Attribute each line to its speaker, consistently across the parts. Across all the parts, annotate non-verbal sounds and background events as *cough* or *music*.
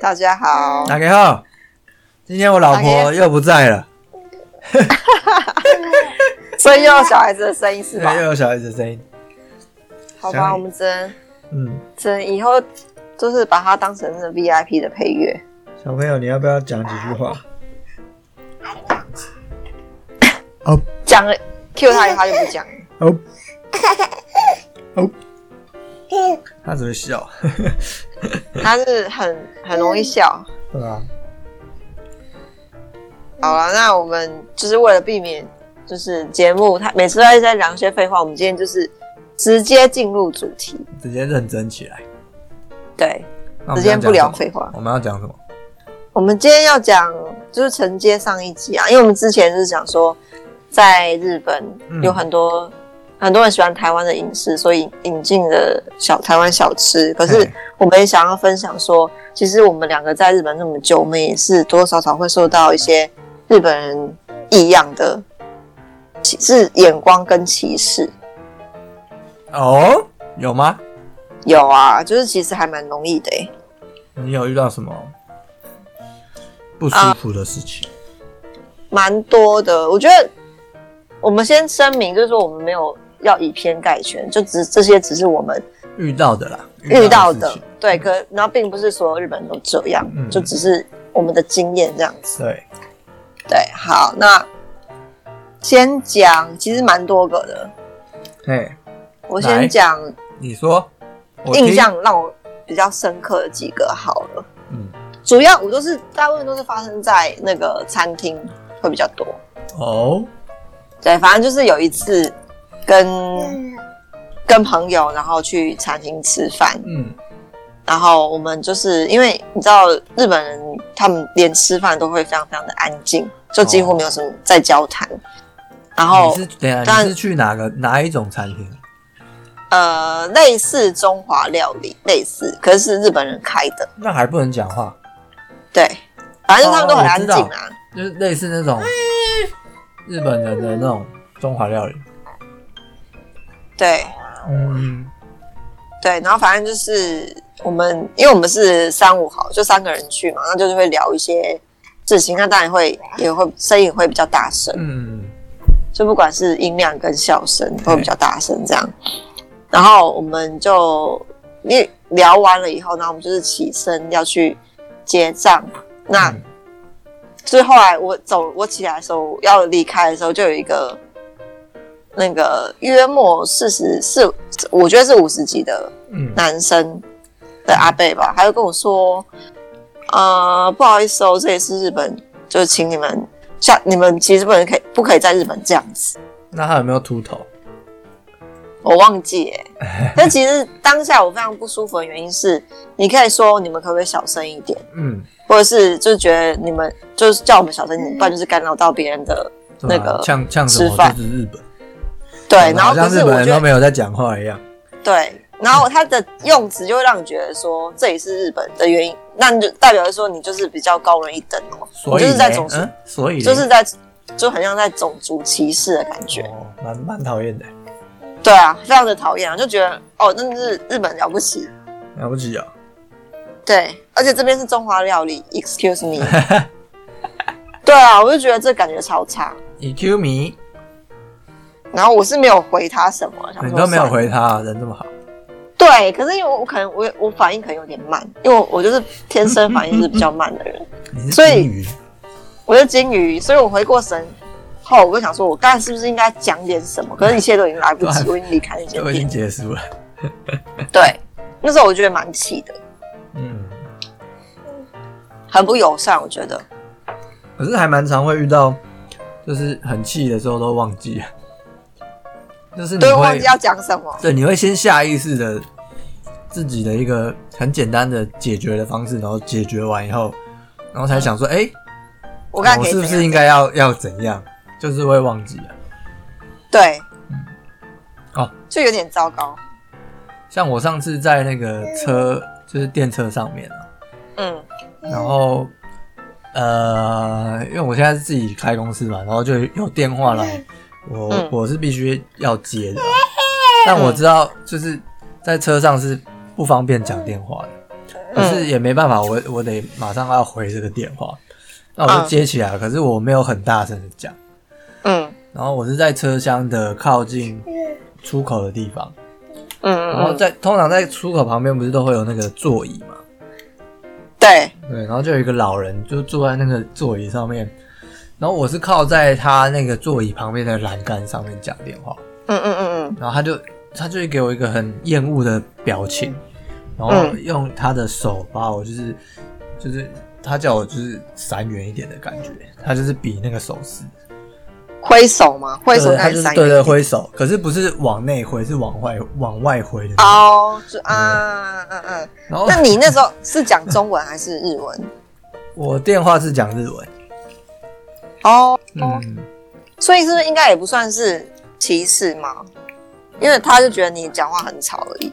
Speaker 1: 大家好，
Speaker 2: 大家好，今天我老婆又不在了，
Speaker 1: 所以又有小孩子的声音是
Speaker 2: 对
Speaker 1: 吧，
Speaker 2: 又？有小孩子的声音。
Speaker 1: 好
Speaker 2: 小孩
Speaker 1: 吧，我们只能
Speaker 2: 嗯，
Speaker 1: 只能以后就是把它当成是 VIP 的配乐。
Speaker 2: 小朋友，你要不要讲几句话？哦
Speaker 1: 讲了 Q 他一下他就不讲了，
Speaker 2: 哦哦，他只会笑，嗯
Speaker 1: 他是很很容易笑。
Speaker 2: 对啊吧？
Speaker 1: 好了，那我们就是为了避免就是节目他每次都在在讲一些废话，我们今天就是直接进入主题，
Speaker 2: 直接认真起来，
Speaker 1: 对，
Speaker 2: 那我
Speaker 1: 直
Speaker 2: 们
Speaker 1: 接
Speaker 2: 要
Speaker 1: 不
Speaker 2: 讲
Speaker 1: 聊
Speaker 2: 什么？
Speaker 1: 废话。
Speaker 2: 我们要讲什么？
Speaker 1: 我们今天要讲就是承接上一集啊，因为我们之前就是讲说，在日本
Speaker 2: 嗯
Speaker 1: 有很多、很多人喜欢台湾的饮食，所以引进了小台湾小吃。可是
Speaker 2: 嘿
Speaker 1: 我们也想要分享说，其实我们两个在日本那么久，我们也是多多少少会受到一些日本人异样的歧视眼光跟歧视。
Speaker 2: 哦，有吗？
Speaker 1: 有啊，就是其实还蛮容易的、欸。
Speaker 2: 你有遇到什么不舒服的事情？
Speaker 1: 啊蛮多的。我觉得我们先声明，就是说我们没有要以偏概全，就只这些只是我们
Speaker 2: 遇到的啦，
Speaker 1: 遇到
Speaker 2: 事
Speaker 1: 的，
Speaker 2: 情
Speaker 1: 对。可然后并不是所有日本人都这样，
Speaker 2: 嗯
Speaker 1: 就只是我们的经验这样子。
Speaker 2: 对，
Speaker 1: 对，好，那先讲，其实蛮多个的。
Speaker 2: 嘿，
Speaker 1: 我
Speaker 2: 来
Speaker 1: 先讲
Speaker 2: 你说，我听
Speaker 1: 印，象让我比较深刻的几个好了。
Speaker 2: 嗯，
Speaker 1: 主要我都是大部分都是发生在那个餐厅会比较多。
Speaker 2: 哦，
Speaker 1: 对，反正就是有一次跟跟朋友，然后去餐厅吃饭，
Speaker 2: 嗯，
Speaker 1: 然后我们就是因为你知道日本人他们连吃饭都会非常非常的安静，就几乎没有什么在交谈。然后
Speaker 2: 你是等一下
Speaker 1: 但
Speaker 2: 你是去哪个哪一种餐厅？啊
Speaker 1: 呃，类似中华料理，类似，可是是日本人开的，
Speaker 2: 那还不能讲话，
Speaker 1: 对，反正他们都很
Speaker 2: 哦我
Speaker 1: 安
Speaker 2: 知
Speaker 1: 静
Speaker 2: 道
Speaker 1: 啊。
Speaker 2: 就是类似那种
Speaker 1: 嗯
Speaker 2: 日本人的那种中华料理。
Speaker 1: 对
Speaker 2: 嗯，
Speaker 1: 对，然后反正就是我们，因为我们是三五好，就三个人去嘛，那就是会聊一些事情，那当然会也会声音会比较大声。
Speaker 2: 嗯，
Speaker 1: 就不管是音量跟笑声都会比较大声这样。然后我们就因为聊完了以后，然后我们就是起身要去结账。那
Speaker 2: 嗯
Speaker 1: 就是后来我走，我起来的时候要离开的时候，就有一个那个约莫四十四，我觉得是五十几的
Speaker 2: 嗯，
Speaker 1: 男生的阿贝吧，他就跟我说，呃，不好意思哦，这里是日本，就是请你们下，你们其实不能可以不可以在日本这样子。
Speaker 2: 那他有没有秃头？
Speaker 1: 我忘记
Speaker 2: *laughs*
Speaker 1: 哎、但其实当下我非常不舒服的原因是，你可以说你们可不可以小声一点，
Speaker 2: 嗯，
Speaker 1: 或者是就觉得你们就是叫我们小声一点，不然就是干扰到别人的
Speaker 2: 对
Speaker 1: 那
Speaker 2: 吧
Speaker 1: 个
Speaker 2: 呛呛什
Speaker 1: 吃
Speaker 2: 么
Speaker 1: 饭
Speaker 2: 就是日本，
Speaker 1: 对。
Speaker 2: 嗯
Speaker 1: 然后
Speaker 2: 好像
Speaker 1: 可
Speaker 2: 日
Speaker 1: 是
Speaker 2: 本
Speaker 1: 我
Speaker 2: 人
Speaker 1: 觉
Speaker 2: 都
Speaker 1: 得
Speaker 2: 没有在讲话一样。
Speaker 1: 对，然后他的用词就会让你觉得说这里是日本的原因，那你就代表说你就是比较高人一等哦，
Speaker 2: 所以
Speaker 1: 就是在
Speaker 2: 嘞
Speaker 1: 总是
Speaker 2: 嗯，所以嘞
Speaker 1: 就是在就很像在种族歧视的感觉。
Speaker 2: 哦，蛮蛮讨厌的，
Speaker 1: 对啊，非常的讨厌啊，就觉得哦，那是日本了不起。
Speaker 2: 了不起哦。
Speaker 1: 对，而且这边是中华料理，excuse me。对啊，我就觉得这感觉超差。
Speaker 2: 你 E Q 迷，
Speaker 1: 然后我是没有回他什么，想
Speaker 2: 你
Speaker 1: 说
Speaker 2: 都没有
Speaker 1: 算了。
Speaker 2: 回他，人这么好。
Speaker 1: 对，可是因为我可能我我反应可能有点慢，因为我我就是天生反应是比较慢的人，
Speaker 2: 你是
Speaker 1: 所以
Speaker 2: 金鱼，
Speaker 1: 我是金鱼，所以我回过神后，我就想说，我刚才是不是应该讲点什么？可是一切都已经来不及，
Speaker 2: 对
Speaker 1: 我已经离开那间
Speaker 2: 都已经
Speaker 1: 店。
Speaker 2: 结束了。
Speaker 1: 对，那时候我觉得蛮气的，
Speaker 2: 嗯，
Speaker 1: 很不友善，我觉得。
Speaker 2: 可是还蛮常会遇到，就是很气的时候都忘记了，就是你
Speaker 1: 对，忘
Speaker 2: 会
Speaker 1: 记要讲什么。
Speaker 2: 对，你会先下意识的自己的一个很简单的解决的方式，然后解决完以后，然后才想说，哎、
Speaker 1: 嗯我刚才
Speaker 2: 我
Speaker 1: 可以
Speaker 2: 哦是不
Speaker 1: 怎样
Speaker 2: 是应该要要怎样？就是会忘记啊。
Speaker 1: 对？
Speaker 2: 嗯哦，
Speaker 1: 就有点糟糕。
Speaker 2: 像我上次在那个车，就是电车上面啊，
Speaker 1: 嗯，
Speaker 2: 然后呃，因为我现在是自己开公司嘛，然后就有电话来，我、
Speaker 1: 嗯
Speaker 2: 我是必须要接的啊、但我知道就是在车上是不方便讲电话的，可是也没办法，我我得马上要回这个电话，那我就接起来了，可是我没有很大声的讲，
Speaker 1: 嗯
Speaker 2: 然后我是在车厢的靠近出口的地方，
Speaker 1: 嗯嗯
Speaker 2: 然后
Speaker 1: 嗯，
Speaker 2: 在通常在出口旁边不是都会有那个座椅嘛，
Speaker 1: 对，
Speaker 2: 对，然后就有一个老人就坐在那个座椅上面，然后我是靠在他那个座椅旁边的栏杆上面讲电话，
Speaker 1: 嗯嗯嗯
Speaker 2: 然后他就他就给我一个很厌恶的表情，然后
Speaker 1: 嗯
Speaker 2: 用他的手把我就是就是他叫我就是闪远一点的感觉，他就是比那个手势，
Speaker 1: 嗯，挥手嘛，挥手
Speaker 2: 对
Speaker 1: 那
Speaker 2: 他
Speaker 1: 里
Speaker 2: 就是
Speaker 1: 三
Speaker 2: 对
Speaker 1: 个
Speaker 2: 对挥手，可是不是往内挥，是往外往外挥的那种。
Speaker 1: 哦，就啊嗯嗯，
Speaker 2: 然后
Speaker 1: 那你那时候是讲中文还是日
Speaker 2: *laughs*
Speaker 1: 文？
Speaker 2: 我电话是讲日文，
Speaker 1: 哦，
Speaker 2: 嗯，
Speaker 1: 所以是不是应该也不算是歧视嘛？因为他就觉得你讲话很吵而已。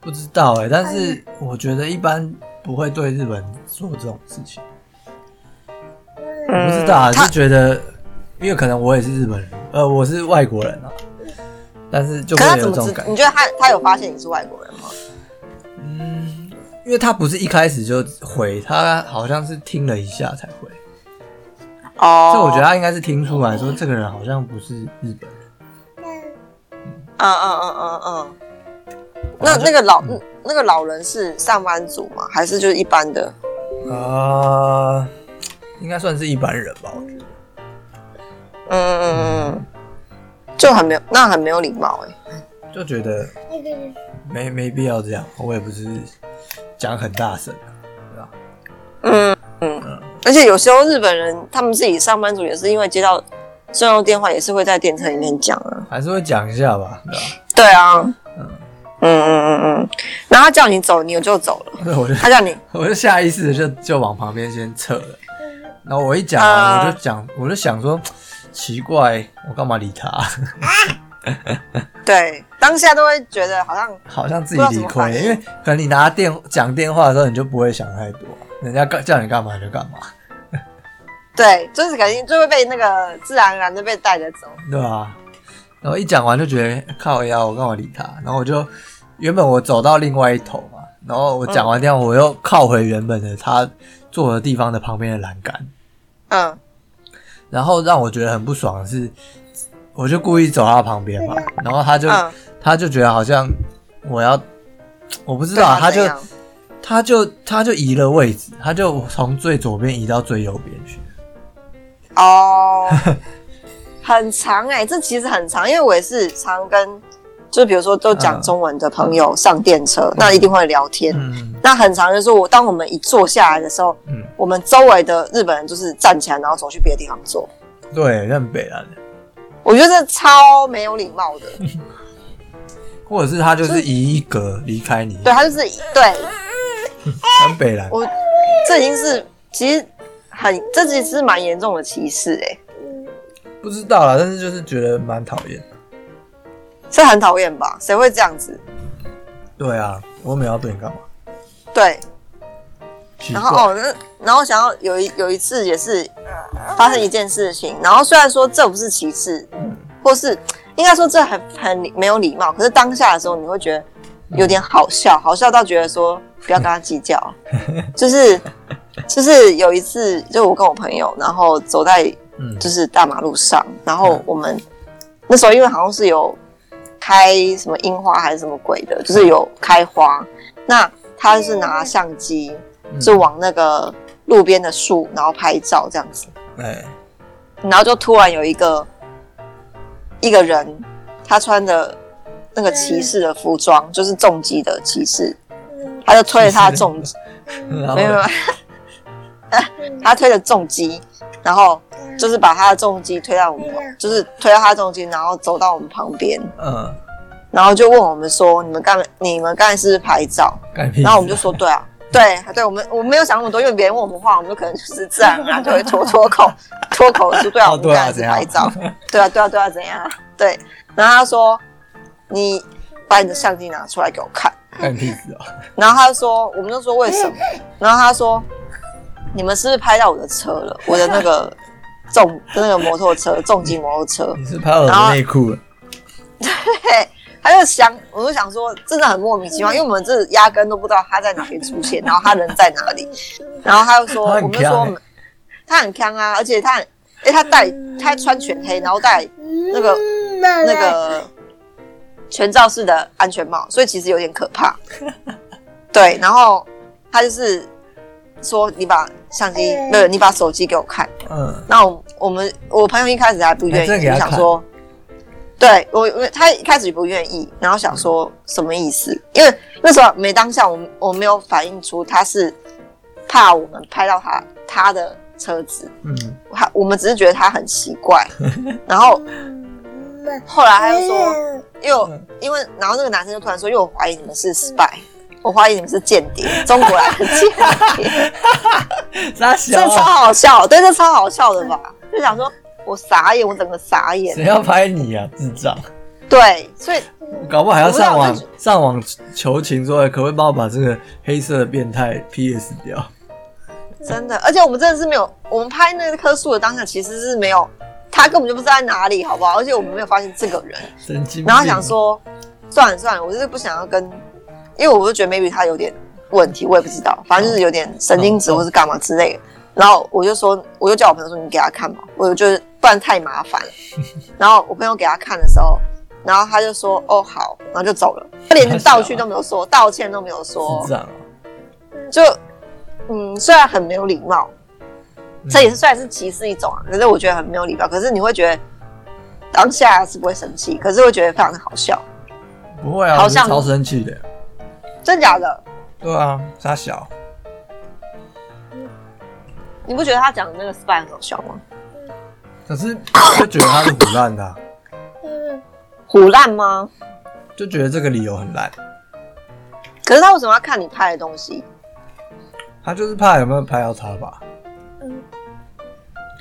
Speaker 2: 不知道哎、但是我觉得一般不会对日本做这种事情，我不知道啊，
Speaker 1: 嗯他
Speaker 2: 就觉得因为可能我也是日本人，呃，我是外国人啊。但是就
Speaker 1: 可
Speaker 2: 会
Speaker 1: 是他
Speaker 2: 有
Speaker 1: 怎
Speaker 2: 这
Speaker 1: 么
Speaker 2: 种
Speaker 1: 知
Speaker 2: 感？觉。
Speaker 1: 你觉得他他有发现你是外国人吗？
Speaker 2: 嗯，因为他不是一开始就回，他好像是听了一下才回，
Speaker 1: 哦，
Speaker 2: 所以我觉得他应该是听出来说这个人好像不是日本人。
Speaker 1: 嗯嗯嗯嗯嗯。那那个老、那个老人是上班族吗？还是就是一般的？
Speaker 2: 啊、应该算是一般人吧，我觉得。
Speaker 1: 嗯嗯嗯嗯，就很没有，那很没有礼貌哎、
Speaker 2: 就觉得没没必要这样，我也不是讲很大声、啊，对吧？
Speaker 1: 嗯嗯，而且有时候日本人他们自己上班族也是因为接到重要电话，也是会在电车里面讲啊。
Speaker 2: 还是会讲一下吧，对吧？ *laughs*
Speaker 1: 对啊，嗯嗯嗯嗯，然后他叫你走，你就走了。
Speaker 2: 所以我就
Speaker 1: 他叫你，
Speaker 2: *laughs* 我就下意识的就就往旁边先撤了。然后我一讲完，
Speaker 1: 啊
Speaker 2: 我就讲，我就想说，奇怪，我干嘛理他？ *laughs*
Speaker 1: 对，当下都会觉得好像
Speaker 2: 好像自己理亏，因为可能你拿电讲电话的时候，你就不会想太多，人家干叫你干嘛就干嘛，
Speaker 1: 对，就是感觉就会被那个自然而然的被带着走。
Speaker 2: 对吧、然后一讲完就觉得靠腰，我干嘛理他？然后我就原本我走到另外一头嘛，然后我讲完电话，我又靠回原本的他坐的地方的旁边的栏杆，
Speaker 1: 嗯
Speaker 2: 然后让我觉得很不爽的是，我就故意走到他旁边嘛，然后他就、
Speaker 1: 嗯，
Speaker 2: 他就觉得好像我要，我不知道啊，
Speaker 1: 对
Speaker 2: 他
Speaker 1: 他
Speaker 2: 就
Speaker 1: 怎样
Speaker 2: 他就他就移了位置，他就从最左边移到最右边去。
Speaker 1: 哦，很长
Speaker 2: *laughs*
Speaker 1: 哎、这其实很长，因为我也是常跟，就比如说都讲中文的朋友上电车，那一定会聊天。
Speaker 2: 嗯
Speaker 1: 那很长就是我，当我们一坐下来的时候，
Speaker 2: 嗯，
Speaker 1: 我们周围的日本人就是站起来，然后走去别的地方坐。
Speaker 2: 对，认北兰的，
Speaker 1: 我觉得这超没有礼貌的。
Speaker 2: 嗯或者是他就是移一格离开你，
Speaker 1: 对他就是对
Speaker 2: 很北兰。
Speaker 1: 我，这已经是其实很，这其实是蛮严重的歧视哎、
Speaker 2: 不知道啦，但是就是觉得蛮讨厌。
Speaker 1: 是很讨厌吧？谁会这样子？
Speaker 2: 对啊，我没有要对你干嘛，
Speaker 1: 对，
Speaker 2: 奇
Speaker 1: 然
Speaker 2: 怪。
Speaker 1: 后哦，那然后想要有一有一次也是发生一件事情，然后虽然说这不是歧视，或是应该说这很很没有礼貌，可是当下的时候你会觉得有点好笑，好笑到觉得说不要跟他计较，就是就是有一次，就我跟我朋友，然后走在
Speaker 2: 嗯
Speaker 1: 就是大马路上，然后我们那时候因为好像是有开什么樱花还是什么鬼的，就是有开花，那他就是拿相机。
Speaker 2: 嗯
Speaker 1: 就往那个路边的树，然后拍照这样子，
Speaker 2: 哎，
Speaker 1: 然后就突然有一个一个人，他穿的那个骑士的服装，就是重击的骑士，他就推着他的重击，
Speaker 2: 然后
Speaker 1: 没有没有，他推着重击，然后就是把他的重击推到我们旁，就是推到他的重击，然后走到我们旁边，
Speaker 2: 嗯，
Speaker 1: 然后就问我们说：“你们刚你们刚才是不是拍照？”
Speaker 2: 干屁事。
Speaker 1: 然后我们就说对啊，对，对我们我没有想那么多，因为别人问我们话，我们就可能就是自然而然就会脱脱
Speaker 2: *laughs*
Speaker 1: 口脱口而出，对啊，
Speaker 2: 哦
Speaker 1: 我们
Speaker 2: 对
Speaker 1: 刚
Speaker 2: 啊，
Speaker 1: 才是
Speaker 2: 怎样
Speaker 1: 拍照，对啊，对啊，对啊，怎样啊？对，然后他说你把你的相机拿出来给我看，
Speaker 2: 干屁事哦。
Speaker 1: 然后他就说我们就说为什么？然后他说你们是不是拍到我的车了？我的那
Speaker 2: *laughs*
Speaker 1: 个重那个摩托车重机摩托车，
Speaker 2: 你是拍到我
Speaker 1: 然后
Speaker 2: 的内裤了？
Speaker 1: 对，他就想，我就想说，真的很莫名其妙，因为我们这压根都不知道他在哪边出现，然后他人在哪里，然后他就说，
Speaker 2: 他
Speaker 1: 我
Speaker 2: 很
Speaker 1: 们就说我们他很康啊，而且他很，哎，他戴他还穿全黑，然后戴那个那个全罩式的安全帽，所以其实有点可
Speaker 2: *laughs*
Speaker 1: 怕。对，然后他就是说，你把相机，没有，你把手机给我看。
Speaker 2: 嗯，
Speaker 1: 那我我们我朋友一开始还不愿
Speaker 2: 哎
Speaker 1: 意，
Speaker 2: 这个
Speaker 1: 就
Speaker 2: 给他
Speaker 1: 想说，对我我他一开始不愿意，然后想说什么意思？因为那时候没当下我们我没有反映出他是怕我们拍到他他的车子，
Speaker 2: 嗯，
Speaker 1: 他我们只是觉得他很奇
Speaker 2: *laughs*
Speaker 1: 怪，然后后来他就说，因为我因为然后那个男生就突然说，因为我怀疑你们是 spy。我怀疑你们是间谍，中国来的间谍。
Speaker 2: *laughs* 傻
Speaker 1: 这
Speaker 2: 小
Speaker 1: 超
Speaker 2: 啊，
Speaker 1: 好笑，对，这超好笑的吧？就想说，我傻眼，我整个傻眼。
Speaker 2: 谁要拍你啊，智障！
Speaker 1: 对，所以
Speaker 2: 搞不好还要上
Speaker 1: 我
Speaker 2: 网
Speaker 1: 不知
Speaker 2: 上网求情说，哎可不可以帮我把这个黑色的变态 PS 掉？
Speaker 1: 真的，而且我们真的是没有，我们拍那棵树的当下其实是没有，他根本就不知道在哪里，好不好？而且我们没有发现这个人，
Speaker 2: 神经病！
Speaker 1: 然
Speaker 2: 啊
Speaker 1: 后想，说，算了算了，我就是不想要跟，因为我就觉得 maybe 他有点问题，我也不知道，反正就是有点神经质
Speaker 2: 嗯嗯
Speaker 1: 或是干嘛之类的。然后我就说，我就叫我朋友说你给他看吧，我就是不然太麻烦了。然后我朋友给他看的时候，然后他就说哦好，然后就走了，他连道去都没有说，道歉都没有说
Speaker 2: *laughs* 智，障啊！
Speaker 1: 哦就嗯，虽然很没有礼貌，
Speaker 2: 嗯
Speaker 1: 这也是算是歧视一种啊，可是我觉得很没有礼貌。可是你会觉得当下是不会生气，可是会觉得非常的好笑，
Speaker 2: 不会啊，
Speaker 1: 好
Speaker 2: 我是
Speaker 1: 像
Speaker 2: 超生气的。
Speaker 1: 真假的？
Speaker 2: 对啊，傻小，
Speaker 1: 你不觉得他讲的那个 spy 很好笑吗？
Speaker 2: 可是就觉得他是胡乱的啊、
Speaker 1: 胡烂吗？
Speaker 2: 就觉得这个理由很烂。
Speaker 1: 可是他为什么要看你拍的东西？
Speaker 2: 他就是怕有没有拍到他吧？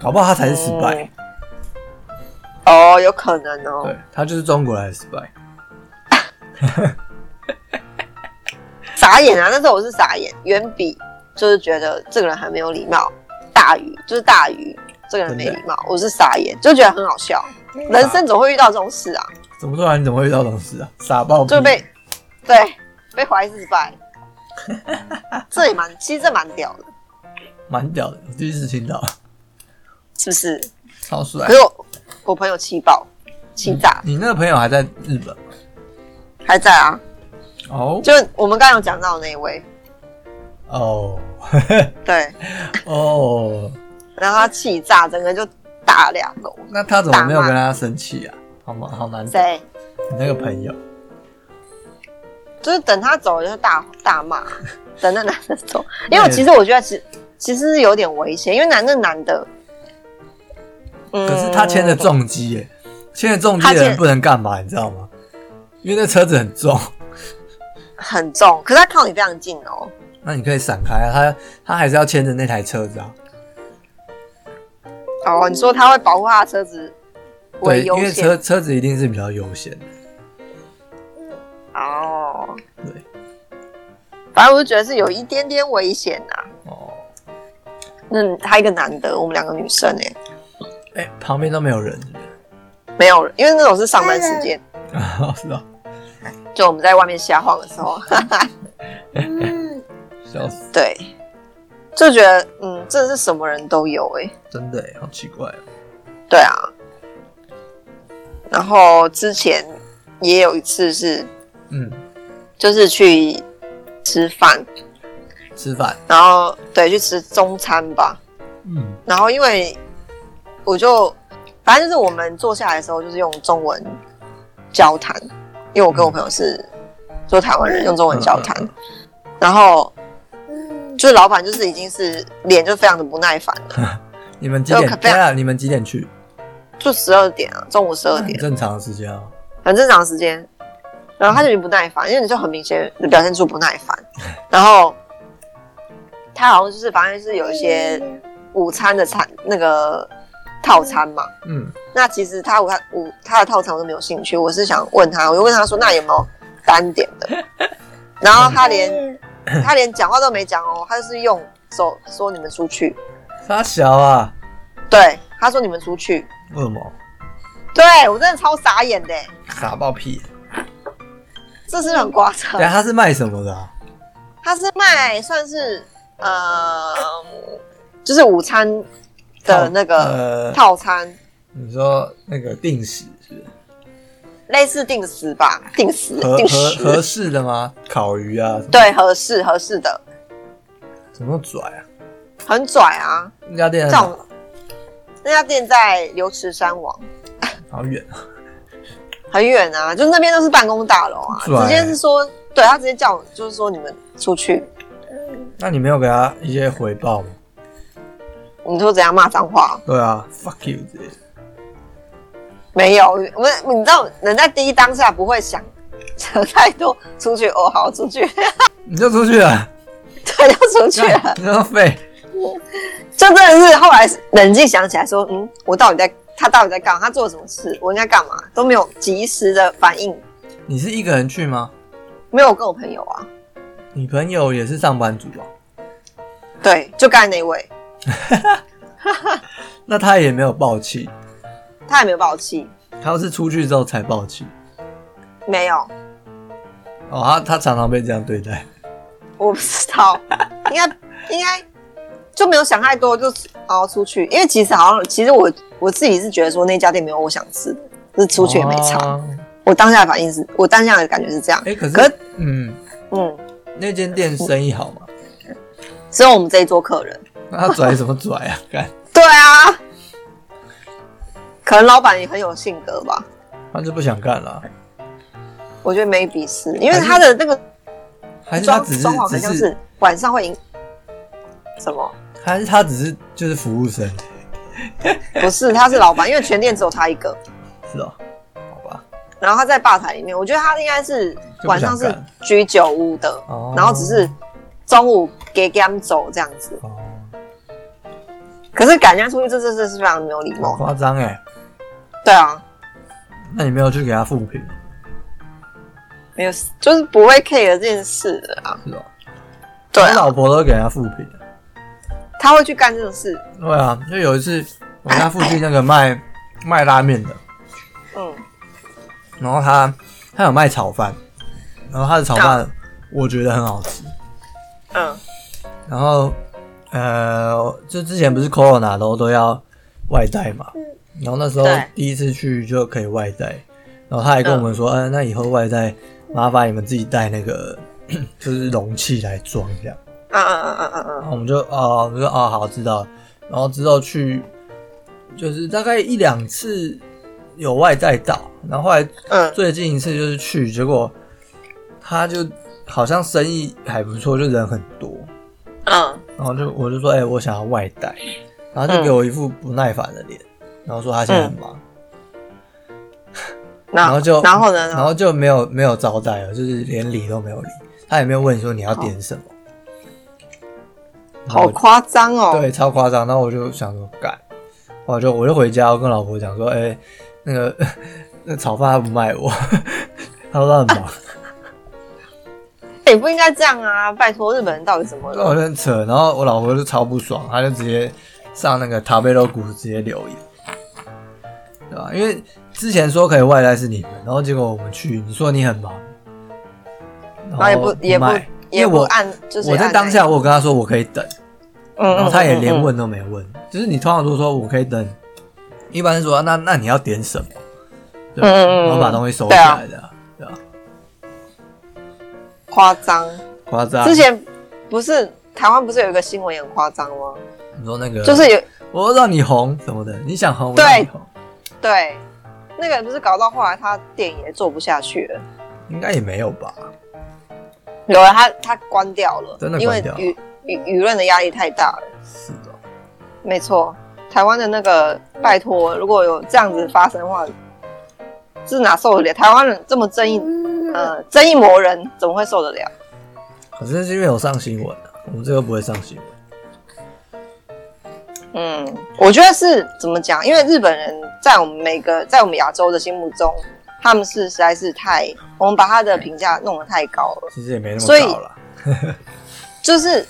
Speaker 2: 搞不好他才是 spy，、
Speaker 1: 哦，有可能哦
Speaker 2: 对。他就是中国来的 spy。
Speaker 1: 傻眼啊！那时候我是傻眼，远比就是觉得这个人很没有礼貌，大于就是大于这个人没礼貌，我是傻眼，就觉得很好笑。
Speaker 2: 啊
Speaker 1: 人生总会遇到这种事啊，
Speaker 2: 怎么突然你怎么会遇到这种事啊？傻爆
Speaker 1: 就被对被怀疑是 *laughs* spy，这也蛮其实这蛮屌的，
Speaker 2: 蛮屌的，我第一次听到，
Speaker 1: 是不是？
Speaker 2: 超帅
Speaker 1: 可。是我我朋友气爆气炸，
Speaker 2: 你那个朋友还在日本
Speaker 1: 还在啊，
Speaker 2: 哦
Speaker 1: 就我们刚刚有讲到的那一位，
Speaker 2: 哦
Speaker 1: 对，
Speaker 2: 哦，
Speaker 1: 然后他气炸，整个就打两楼。
Speaker 2: *laughs* 那他怎么没有跟他生气啊？好吗？好难，
Speaker 1: 谁？
Speaker 2: 你那个朋友
Speaker 1: 就是等他走了就大大 *laughs* 骂，等那男的走。因为我其实我觉得其其实是有点危险，因为男的男的，嗯
Speaker 2: 可是他签的，重机耶，签的重机
Speaker 1: 他
Speaker 2: 的人
Speaker 1: 签
Speaker 2: 不能干嘛，你知道吗？因为那车子很重， *laughs*
Speaker 1: 很重，可是他靠你非常近哦。
Speaker 2: 那你可以闪开啊，他他还是要牵着那台车子啊。
Speaker 1: 哦，你说他会保护他的车子
Speaker 2: 对，
Speaker 1: 为
Speaker 2: 因
Speaker 1: 优
Speaker 2: 为车
Speaker 1: 先
Speaker 2: 车子一定是比较优先的。
Speaker 1: 哦，
Speaker 2: 对，
Speaker 1: 反正我就觉得是有一点点危险呐、啊。
Speaker 2: 哦，
Speaker 1: 那他一个男的，我们两个女生哎、
Speaker 2: 哎、旁边都没有人，是不是？
Speaker 1: 没有，因为那种是上班时间，
Speaker 2: 啊， *laughs* 是啊，
Speaker 1: 就我们在外面瞎晃的时候， *laughs*
Speaker 2: 笑死，
Speaker 1: 对，就觉得嗯，这是什么人都有哎、
Speaker 2: 真的耶好奇怪哦。
Speaker 1: 对啊，然后之前也有一次是，
Speaker 2: 嗯，
Speaker 1: 就是去吃饭，
Speaker 2: 吃饭，
Speaker 1: 然后对去吃中餐吧，
Speaker 2: 嗯
Speaker 1: 然后因为我就反正就是我们坐下来的时候就是用中文交谈，因为我跟我朋友是做台湾人，用中文交谈，然后就是老板就是已经是脸就非常的不耐烦了，
Speaker 2: 你们几
Speaker 1: 就
Speaker 2: 点？
Speaker 1: 可不
Speaker 2: 对
Speaker 1: 要
Speaker 2: 啊，你们几点去？
Speaker 1: 就十二点啊，中午十二
Speaker 2: 很
Speaker 1: 点。
Speaker 2: 正常的时间啊。
Speaker 1: 很正常的时间。然后他就已经不耐烦，因为你就很明显地表现出不耐烦。然后他好像就是反正是有一些午餐的餐那个套餐嘛。
Speaker 2: 嗯，
Speaker 1: 那其实他午餐午他的套餐我都没有兴趣，我是想问他，我就问他说那有没有单点的？然后他连他连讲话都没讲哦，他就是用手说你们出去，
Speaker 2: 傻小啊，
Speaker 1: 对，他说你们出去，
Speaker 2: 为什么？
Speaker 1: 对我真的超傻眼的欸、
Speaker 2: 傻爆屁！
Speaker 1: 这是很夸张
Speaker 2: 等一。下他是卖什么的、啊？
Speaker 1: 他是卖算是呃，就是午餐的那个
Speaker 2: 呃
Speaker 1: 套餐，
Speaker 2: 你说那个定时是不是
Speaker 1: 类似定时吧，定时
Speaker 2: 合
Speaker 1: 定
Speaker 2: 合合
Speaker 1: 时，
Speaker 2: 适的吗？烤鱼啊，什么
Speaker 1: 对，合适合适的，
Speaker 2: 怎么拽啊？
Speaker 1: 很拽啊，
Speaker 2: 那家店
Speaker 1: 这种。那家店在牛池山王，
Speaker 2: 好远啊！
Speaker 1: 很远啊，就那边都是办公大楼啊，
Speaker 2: 拽
Speaker 1: 直接是说，对他直接叫我，就是说你们出去，
Speaker 2: 那你没有给他一些回报吗？
Speaker 1: 你说怎样骂脏话？
Speaker 2: 对啊，fuck you 之类的。
Speaker 1: 没有，我你知道人在第一当下不会想 *laughs* 想太多，出去哦，好出去， *laughs*
Speaker 2: 你就出去了，
Speaker 1: 对，就出去啊了。
Speaker 2: 你浪费。
Speaker 1: 就真的是后来冷静想起来说，嗯，我到底在他到底在干嘛？他做了什么事？我应该干嘛？都没有及时的反应，
Speaker 2: 你是一个人去吗？
Speaker 1: 没有跟我朋友啊，
Speaker 2: 你朋友也是上班族啊吧？
Speaker 1: 对，就刚才那位，
Speaker 2: 那他也没有爆气，
Speaker 1: 他也没有把我气，
Speaker 2: 他是出去之后才爆气。
Speaker 1: 没有，
Speaker 2: 哦，他他常常被这样对待。
Speaker 1: 我不知道， *laughs* 应该应该就没有想太多，就是哦出去，因为其实好像其实我我自己是觉得说那家店没有我想吃的，就是出去也没差。
Speaker 2: 哦
Speaker 1: 我当下的反应是我当下的感觉是这样，
Speaker 2: 哎、可是
Speaker 1: 可
Speaker 2: 嗯，
Speaker 1: 嗯，
Speaker 2: 那间店生意好吗？
Speaker 1: 只有我们这一桌客人。
Speaker 2: 那他拽什么拽
Speaker 1: *laughs*
Speaker 2: 啊？干，
Speaker 1: 对啊，可能老板也很有性格吧。
Speaker 2: 他就不想干了，啊
Speaker 1: 我觉得 maybe 是因为他的那个
Speaker 2: 还是他
Speaker 1: 装
Speaker 2: 只是
Speaker 1: 装潢好
Speaker 2: 只
Speaker 1: 像
Speaker 2: 是
Speaker 1: 是晚上会影什么？
Speaker 2: 还是他只是就是服务生？
Speaker 1: 不是，他是老板，因为全店只有他一个，
Speaker 2: 是哦，好吧，
Speaker 1: 然后他在吧台里面，我觉得他应该是
Speaker 2: 就不
Speaker 1: 晚
Speaker 2: 想
Speaker 1: 上是
Speaker 2: 干
Speaker 1: 居酒屋的
Speaker 2: 哦，
Speaker 1: 然后只是中午给给他们走这样子。
Speaker 2: 哦，
Speaker 1: 可是赶人家出去，这这这是非常没有礼
Speaker 2: 好
Speaker 1: 貌。
Speaker 2: 夸张哎。
Speaker 1: 对啊，
Speaker 2: 那你没有去给他复评，啊
Speaker 1: 没有，就是不会 care 这件事的啊。
Speaker 2: 是哦？
Speaker 1: 对
Speaker 2: 我
Speaker 1: 啊，
Speaker 2: 老婆都给人家复评，
Speaker 1: 他会去干这种事。
Speaker 2: 对啊，就有一次我们家附近那个
Speaker 1: *coughs*
Speaker 2: 卖卖拉面的，
Speaker 1: 嗯，
Speaker 2: 然后他他有卖炒饭，然后他的炒
Speaker 1: 啊
Speaker 2: 饭我觉得很好吃，
Speaker 1: 嗯，
Speaker 2: 然后呃，就之前不是 Corona 都都要外带嘛，然后那时候
Speaker 1: 嗯对
Speaker 2: 第一次去就可以外带，然后他还跟我们说，嗯、那以后外带麻烦你们自己带那个 *clears throat* 就是容器来装这样。
Speaker 1: 嗯嗯嗯嗯
Speaker 2: 然
Speaker 1: 嗯
Speaker 2: 后我们就哦，我们就哦，好知道了。然后之后去，就是大概一两次有外带到，然后后来
Speaker 1: 嗯
Speaker 2: 最近一次就是去，结果他就好像生意还不错，就人很多。
Speaker 1: 嗯
Speaker 2: 然后就我就说，哎、我想要外带，然后就给我一副不耐烦的脸，然后说他现在很忙，
Speaker 1: 嗯，然
Speaker 2: 然后就
Speaker 1: 然后呢？
Speaker 2: 然后就没有没有招待了，就是连理都没有理，他也没有问你说你要点什么，然后
Speaker 1: 好
Speaker 2: 我就
Speaker 1: 夸张哦。
Speaker 2: 对，超夸张。然后我就想说，干，我就我就回家，我跟老婆讲说，哎、那个 *laughs* 那炒饭他不卖我， *laughs* 他说他很忙，
Speaker 1: 也不应该这样啊！拜托，日本人到底怎么
Speaker 2: 然后我
Speaker 1: 了？
Speaker 2: 就很扯。然后我老婆就超不爽，她就直接上那个塔贝洛谷直接留言，对吧？因为之前说可以外带是你们，然后结果我们去，你说你很忙，
Speaker 1: 然
Speaker 2: 然
Speaker 1: 后也
Speaker 2: 不
Speaker 1: 不也
Speaker 2: 卖
Speaker 1: 不，
Speaker 2: 因为
Speaker 1: 也不
Speaker 2: 我
Speaker 1: 按，就是
Speaker 2: 我在
Speaker 1: 按
Speaker 2: 当下我有跟他说我可以等。
Speaker 1: 那个，嗯
Speaker 2: 然后他也连，
Speaker 1: 嗯嗯
Speaker 2: 问都没问，就是你通常都说我可以等，一般是说啊那那你要点什么，对吧，
Speaker 1: 嗯嗯嗯啊嗯
Speaker 2: 然后把东西收起来的，对吧？
Speaker 1: 嗯夸张。
Speaker 2: 夸张，
Speaker 1: 之前不是台湾不是有一个新闻也很夸张吗？
Speaker 2: 你说那个
Speaker 1: 就是有
Speaker 2: 我让你红什么的，你想红我
Speaker 1: 对
Speaker 2: 让你红，
Speaker 1: 对那个人不是搞到后来他电影也做不下去了，
Speaker 2: 应该也没有吧？
Speaker 1: 有了他他关掉了，
Speaker 2: 真的
Speaker 1: 因为
Speaker 2: 关掉
Speaker 1: 舆舆舆论的压力太大了。
Speaker 2: 是哦的，
Speaker 1: 没错，台湾的那个拜托，如果有这样子发生的话，是哪受得了？台湾人这么正义，呃，正义魔人怎么会受得了？
Speaker 2: 可是是因为有上新闻啊，我们这个不会上新闻，
Speaker 1: 嗯，我觉得是怎么讲？因为日本人在我们每个在我们亚洲的心目中，他们是实在是太，我们把他的评价弄得太高了，
Speaker 2: 其实也没那么
Speaker 1: 所以
Speaker 2: 高了，
Speaker 1: 就是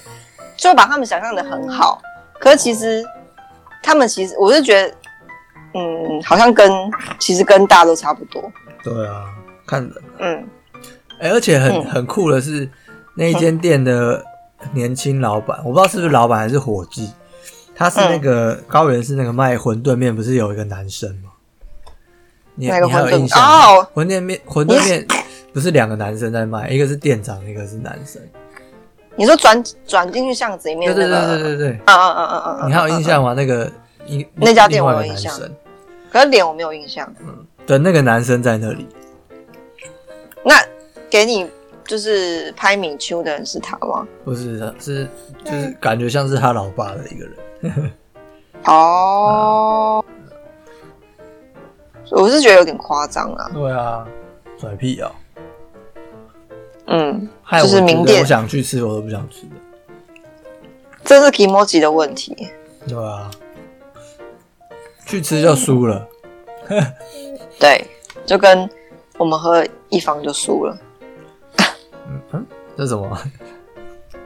Speaker 1: 就把他们想象的很好，可是其实他们其实我是觉得，嗯，好像跟其实跟大家都差不多，
Speaker 2: 对啊，看人啊。
Speaker 1: 嗯，
Speaker 2: 哎、哎、而且很
Speaker 1: 嗯
Speaker 2: 很酷的是，那一间店的年轻老板，我不知道是不是老板还是伙计，他是那个、
Speaker 1: 嗯
Speaker 2: 高原是那个卖馄饨面，不是有一个男生吗？你
Speaker 1: 那个
Speaker 2: 你还有
Speaker 1: 馄饨
Speaker 2: 印象吗？
Speaker 1: 哦
Speaker 2: 馄饨面馄饨面不是两个男生在卖，一个是店长，一个是男生。
Speaker 1: 你说转转进去巷子里
Speaker 2: 对
Speaker 1: 面
Speaker 2: 对
Speaker 1: 那
Speaker 2: 对对
Speaker 1: 个，
Speaker 2: 对对，
Speaker 1: 嗯嗯嗯嗯嗯嗯，
Speaker 2: 你还有
Speaker 1: 嗯
Speaker 2: 印？象吗？那个一
Speaker 1: 那家店
Speaker 2: 另外一
Speaker 1: 我有
Speaker 2: 个
Speaker 1: 印
Speaker 2: 男
Speaker 1: 象
Speaker 2: 生
Speaker 1: 嗯可是脸我没有印象。
Speaker 2: 的那个男生在那里，
Speaker 1: 那给你就是拍米丘的人是他吗？
Speaker 2: 不是是就是感觉像是他老爸的一个人。
Speaker 1: 哦，我是觉得有点夸张啊。
Speaker 2: 对啊，拽屁哦、
Speaker 1: 嗯，
Speaker 2: 害我
Speaker 1: 就是
Speaker 2: 觉
Speaker 1: 名
Speaker 2: 得
Speaker 1: 店
Speaker 2: 我想去吃我都不想吃的。
Speaker 1: 这是 i m o j i 的问题。
Speaker 2: 对啊，去吃就输了。
Speaker 1: 对，就跟我们喝一方就输了，
Speaker 2: 嗯这什么？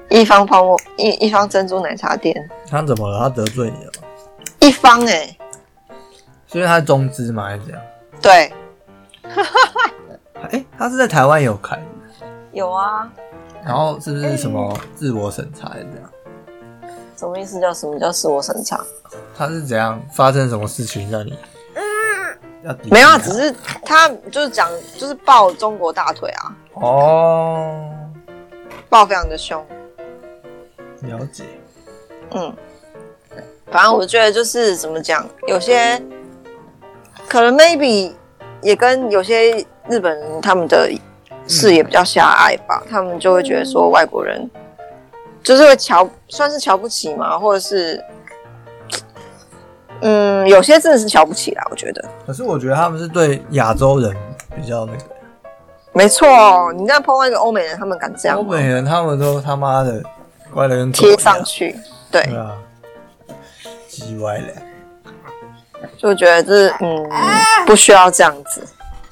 Speaker 1: 一方泡沫一一方珍珠奶茶店，
Speaker 2: 他怎么了？他得罪你了吗？
Speaker 1: 一方哎、
Speaker 2: 所以他是中资嘛，还是怎样？
Speaker 1: 对，
Speaker 2: 哎、他是在台湾有开的，
Speaker 1: 有啊，
Speaker 2: 然后是不是什么
Speaker 1: 哎
Speaker 2: 自我审查还是怎样？
Speaker 1: 什么意思叫什么叫自我审查？
Speaker 2: 他是怎样发生什么事情让你要抵制他？
Speaker 1: 没有啊，只是他就是讲就是抱中国大腿啊，
Speaker 2: 哦，
Speaker 1: 抱非常的凶，
Speaker 2: 了解。
Speaker 1: 嗯，反正我觉得就是怎么讲，有些可能 maybe 也跟有些日本人他们的视野比较狭隘吧，他们就会觉得说外国人就是会瞧，算是瞧不起嘛，或者是嗯，有些真的是瞧不起啦，我觉得。
Speaker 2: 可是我觉得他们是对亚洲人比较那个。
Speaker 1: 没错，你这样碰到一个欧美人，他们敢这样
Speaker 2: 欧
Speaker 1: 吗
Speaker 2: 美人他们都他妈的乖的跟狗一
Speaker 1: 贴
Speaker 2: 样
Speaker 1: 上去，对，
Speaker 2: 对啊，叽歪嘞，
Speaker 1: 就觉得这嗯不需要这样子，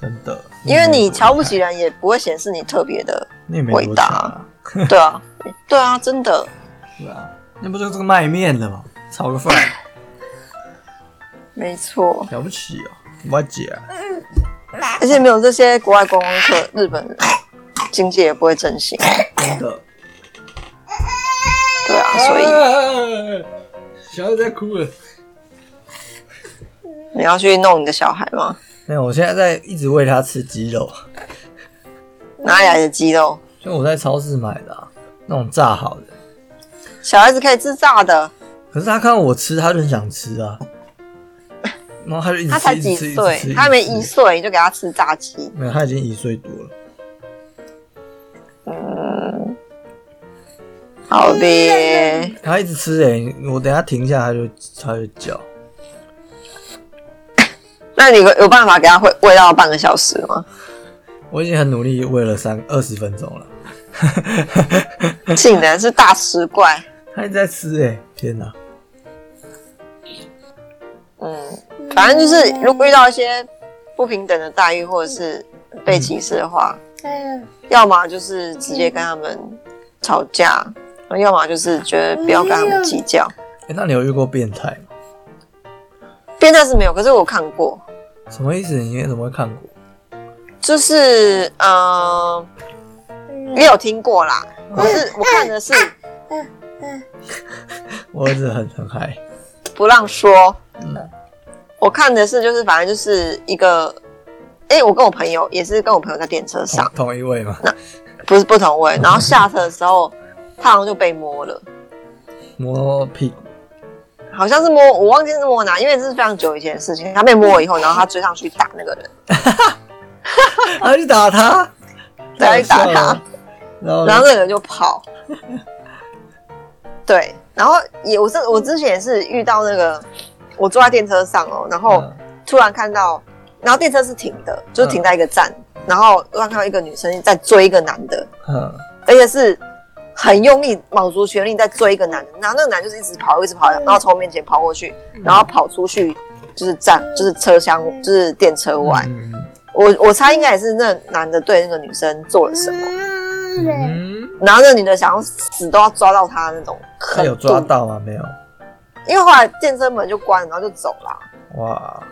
Speaker 2: 真的。
Speaker 1: 因为你瞧不起人，也不会显示你特别的，
Speaker 2: 你也没多
Speaker 1: 伟大
Speaker 2: 强啊，
Speaker 1: 对
Speaker 2: *laughs*
Speaker 1: 啊，对啊，真的，
Speaker 2: 对啊，那不就是这个卖面的吗？炒个饭， *laughs*
Speaker 1: 没错，
Speaker 2: 了不起哦，我姐啊，
Speaker 1: 而且没有这些国外观光客，日本人经济也不会振兴，
Speaker 2: 真的。
Speaker 1: 对
Speaker 2: 嗯
Speaker 1: 啊，所以
Speaker 2: 以哎小孩在哭了。
Speaker 1: 你要去弄你的小孩吗？
Speaker 2: 没有，我现在在一直喂他吃鸡肉，
Speaker 1: 哪里来的肌肉？
Speaker 2: 就我在超市买的、啊、那种炸好的。
Speaker 1: 小孩子可以自炸的，
Speaker 2: 可是他看到我吃，他就很想吃啊，然后他就一直
Speaker 1: 他
Speaker 2: 吃，
Speaker 1: 才
Speaker 2: 一
Speaker 1: 几
Speaker 2: 直吃，一直吃
Speaker 1: 岁，他还没一
Speaker 2: 直吃
Speaker 1: 岁你就给他吃炸鸡，
Speaker 2: 没有，他已经一岁多了。
Speaker 1: 嗯，
Speaker 2: 嗯
Speaker 1: 好呗。
Speaker 2: 他一直吃哎、我等一下停下他就他就叫，
Speaker 1: 那你有有办法给他喂喂到半个小时吗？
Speaker 2: 我已经很努力喂了三二十分钟了，
Speaker 1: 竟然是大食怪，
Speaker 2: 他一直在吃哎、天哪！
Speaker 1: 嗯，反正就是如果遇到一些不平等的待遇或者是被歧视的话，要么就是直接跟他们吵架，要么就是觉得不要跟他们计较。
Speaker 2: 哎、那你有遇过变态吗？
Speaker 1: 变态是没有，可是我看过，
Speaker 2: 什么意思？你怎么会看过？
Speaker 1: 就是呃，也有听过啦，可是我看的是
Speaker 2: 我儿子很很嗨，
Speaker 1: 不让说，
Speaker 2: 嗯
Speaker 1: 我看的是就是反正就是一个，哎、我跟我朋友也是跟我朋友在电车上
Speaker 2: 同。同一位嘛，
Speaker 1: 不是不同位，然后下车的时候，他好像就被摸了，
Speaker 2: 摸屁股，
Speaker 1: 好像是摸，我忘记是摸哪，因为这是非常久以前的事情。他被摸了以后，然后他追上去打那个人，
Speaker 2: 他去打他，
Speaker 1: 对他去打
Speaker 2: 太好笑了，然后
Speaker 1: 然后那个人就跑。 *laughs* 对，然后也我是我之前也是遇到那个，我坐在电车上哦，然
Speaker 2: 嗯
Speaker 1: 后突然看到，然后电车是停的，就是停在一个站，然后突然看到一个女生在追一个男的，
Speaker 2: 嗯
Speaker 1: 而且是很用力、卯足全力在追一个男的，然后那个男就是一直跑，一直跑，然后从我面前跑过去，然后跑出去就是站，就是车厢，就是电车外。
Speaker 2: 嗯
Speaker 1: 我我猜应该也是那男的对那个女生做了什么，
Speaker 2: 嗯，
Speaker 1: 然后那女的想要死都要抓到他那种狠
Speaker 2: 他
Speaker 1: 度，
Speaker 2: 有抓到吗？没有，
Speaker 1: 因为后来电车门就关了，然后就走了。
Speaker 2: 哇，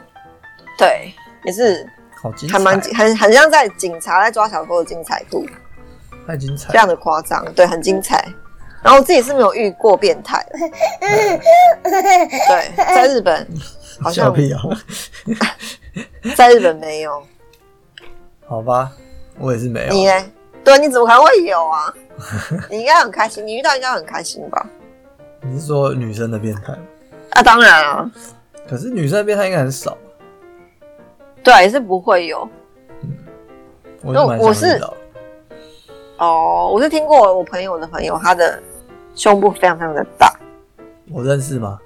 Speaker 1: 对，也是
Speaker 2: 好精彩，
Speaker 1: 还蛮很很像在警察在抓小偷的精彩度。
Speaker 2: 太精彩
Speaker 1: 非常的夸张，对，很精彩。然后我自己是没有遇过变态，对，在日本好
Speaker 2: 笑
Speaker 1: 像
Speaker 2: 屁啊！
Speaker 1: 在日本没有，
Speaker 2: *laughs* 好吧，我也是没
Speaker 1: 你
Speaker 2: 有。
Speaker 1: 呢？对，你怎么还会有
Speaker 2: *laughs*
Speaker 1: 啊？你应该很开心，你遇到应该很开心吧？
Speaker 2: 你是说女生的变态吗？
Speaker 1: 啊，当然啊，
Speaker 2: 可是女生的变态应该很少，
Speaker 1: 对，啊也是不会有
Speaker 2: 我是蛮
Speaker 1: 我
Speaker 2: 想
Speaker 1: 是
Speaker 2: 知道。
Speaker 1: 哦。我是听过我朋友的朋友，他的胸部非常非常的大。
Speaker 2: 我认识吗？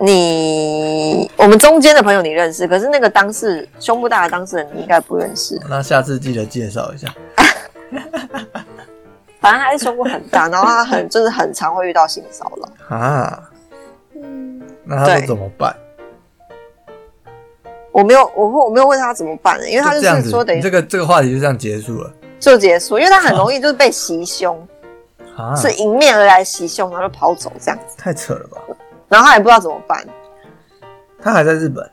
Speaker 1: 你我们中间的朋友你认识，可是那个当事胸部大的当事人你应该不认识。
Speaker 2: 那下次记得介绍一下。
Speaker 1: 反正他是胸部很大，然后他很就是很常会遇到性骚扰。
Speaker 2: 啊，那他
Speaker 1: 对
Speaker 2: 都怎么办？
Speaker 1: 我没有，我我没有问他怎么办、欸因为他
Speaker 2: 就
Speaker 1: 就
Speaker 2: 这样
Speaker 1: 是
Speaker 2: 子
Speaker 1: 说等，
Speaker 2: 你
Speaker 1: 于
Speaker 2: 这个这个话题就这样结束了
Speaker 1: 就结束，因为他很容易就是被袭胸，
Speaker 2: 啊，
Speaker 1: 是迎面而来袭胸，然后就跑走这样子，
Speaker 2: 太扯了吧？
Speaker 1: 然后他也不知道怎么办。
Speaker 2: 他还在日本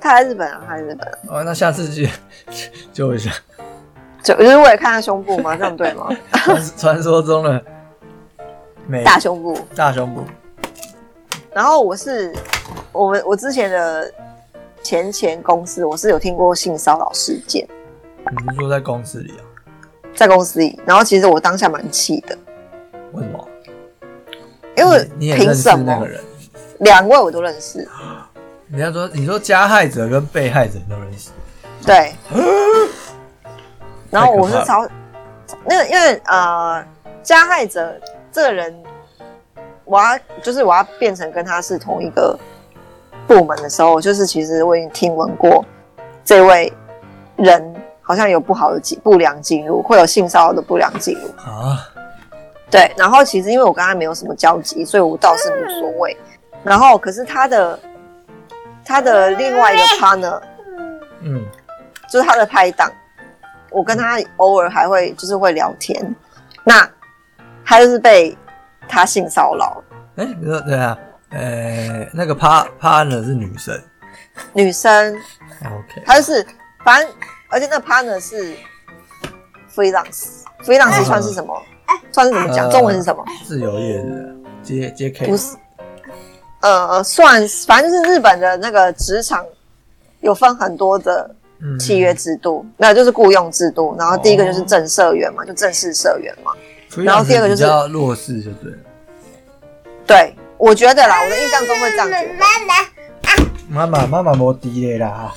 Speaker 1: 他在日本啊，他在日本、啊，
Speaker 2: 哦，那下次去 *laughs* 揪一下，
Speaker 1: 就就是为了看他胸部吗？这样对
Speaker 2: *laughs*
Speaker 1: 吗？
Speaker 2: 传传说中的美
Speaker 1: 大胸部。
Speaker 2: 大胸部，
Speaker 1: 然后我是我们我之前的前前公司，我是有听过性骚扰事件
Speaker 2: 你是说在公司里啊？
Speaker 1: 在公司里，然后其实我当下蛮气的，
Speaker 2: 为什么？
Speaker 1: 因为
Speaker 2: 你你也
Speaker 1: 凭
Speaker 2: 认识
Speaker 1: 什
Speaker 2: 那
Speaker 1: 么
Speaker 2: 个人？
Speaker 1: 两位我都认识，
Speaker 2: 人家说，你说加害者跟被害者都认识， *gasps*
Speaker 1: 对。然后
Speaker 2: 太可
Speaker 1: 我是
Speaker 2: 怕了
Speaker 1: 超那个，因为呃，加害者这个人，我要就是我要变成跟他是同一个部门的时候，就是其实我已经听闻过这位人好像有不好的记不良记录，会有性骚扰的不良记录。
Speaker 2: 啊，
Speaker 1: 对，然后其实因为我跟他没有什么交集，所以我倒是无所谓。然后可是他的他的另外一个 partner
Speaker 2: 嗯，
Speaker 1: 就是他的拍档，我跟他偶尔还会就是会聊天。那他就是被他性骚扰，
Speaker 2: 哎、你说对啊，呃，那个趴趴的是女生
Speaker 1: 女生，
Speaker 2: ，OK，
Speaker 1: 她就是反正而且那个 partner 是 freelance，freelance 算是什么？算是怎么讲？
Speaker 2: 呃
Speaker 1: 中文是什么？
Speaker 2: 自由业的接接 K，
Speaker 1: 不是，呃，算是反正就是日本的那个职场有分很多的
Speaker 2: 嗯
Speaker 1: 契约制度，没有就是雇佣制度，然后第一个就是
Speaker 2: 哦
Speaker 1: 正社员嘛，就正式社员嘛。
Speaker 2: 然
Speaker 1: 然
Speaker 2: 后
Speaker 1: 后
Speaker 2: 第
Speaker 1: 第
Speaker 2: 二
Speaker 1: 二
Speaker 2: 个
Speaker 1: 个
Speaker 2: 就
Speaker 1: 就是
Speaker 2: 比较弱势，就对了。
Speaker 1: 对，我觉得啦，我的印象中会这样觉得。
Speaker 2: 妈妈，妈妈没敌嘞啦，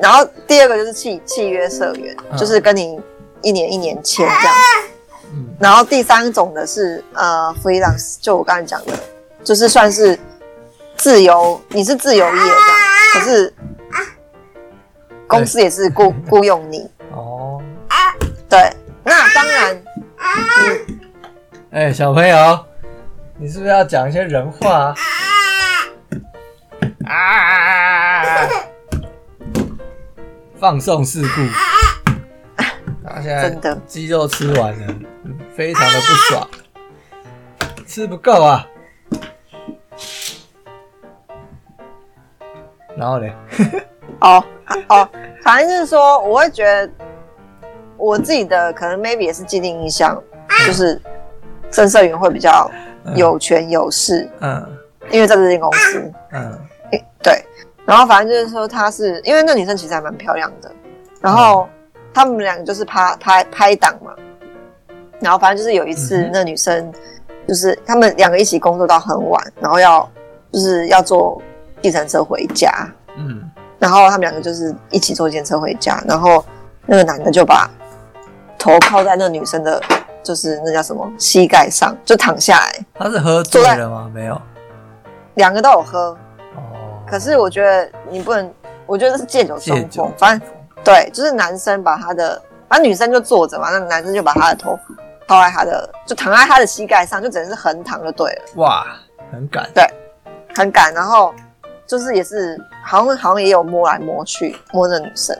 Speaker 1: 然后第二个就是契契约社员，
Speaker 2: 嗯
Speaker 1: 就是跟你一年一年签这样。
Speaker 2: 嗯，
Speaker 1: 然后第三种的是呃 freelance，就我刚才讲的，就是算是自由，你是自由业这样，可是公司也是雇雇佣你。
Speaker 2: 哦，
Speaker 1: 对，那当然
Speaker 2: 哎、小朋友，你是不是要讲一些人话啊？啊！放送事故，他现
Speaker 1: 真
Speaker 2: 在
Speaker 1: 的
Speaker 2: 鸡肉吃完了，嗯非常的不爽，吃不够啊。然后嘞，
Speaker 1: 哦哦，反正就是说，我会觉得我自己的可能 maybe 也是既定印象，就是正社员会比较有权有势，
Speaker 2: 嗯
Speaker 1: 因为在这间公司，
Speaker 2: 嗯，
Speaker 1: 诶对。然后反正就是说，她是因为那女生其实还蛮漂亮的，然后
Speaker 2: 嗯
Speaker 1: 他们两个就是拍拍拍档嘛，然后反正就是有一
Speaker 2: 嗯
Speaker 1: 次
Speaker 2: 哼
Speaker 1: 那女生就是他们两个一起工作到很晚，然后要就是要坐计程车回家，
Speaker 2: 嗯，
Speaker 1: 然后他们两个就是一起坐电车回家，然后那个男的就把头靠在那女生的，就是那叫什么膝盖上，就躺下来，
Speaker 2: 他是喝醉了吗？没有。
Speaker 1: 两个都有喝，
Speaker 2: 哦，
Speaker 1: 可是我觉得你不能，我觉得这是借酒
Speaker 2: 戒
Speaker 1: 装
Speaker 2: 酒
Speaker 1: 疯，，反正对，就是男生把他的，反正女生就坐着嘛，那男生就把他的头靠在他的，就躺在他的膝盖上，就只能是横躺就对了，
Speaker 2: 哇，很敢，
Speaker 1: 很赶，然后就是也是好像好像也有摸来摸去摸着女生，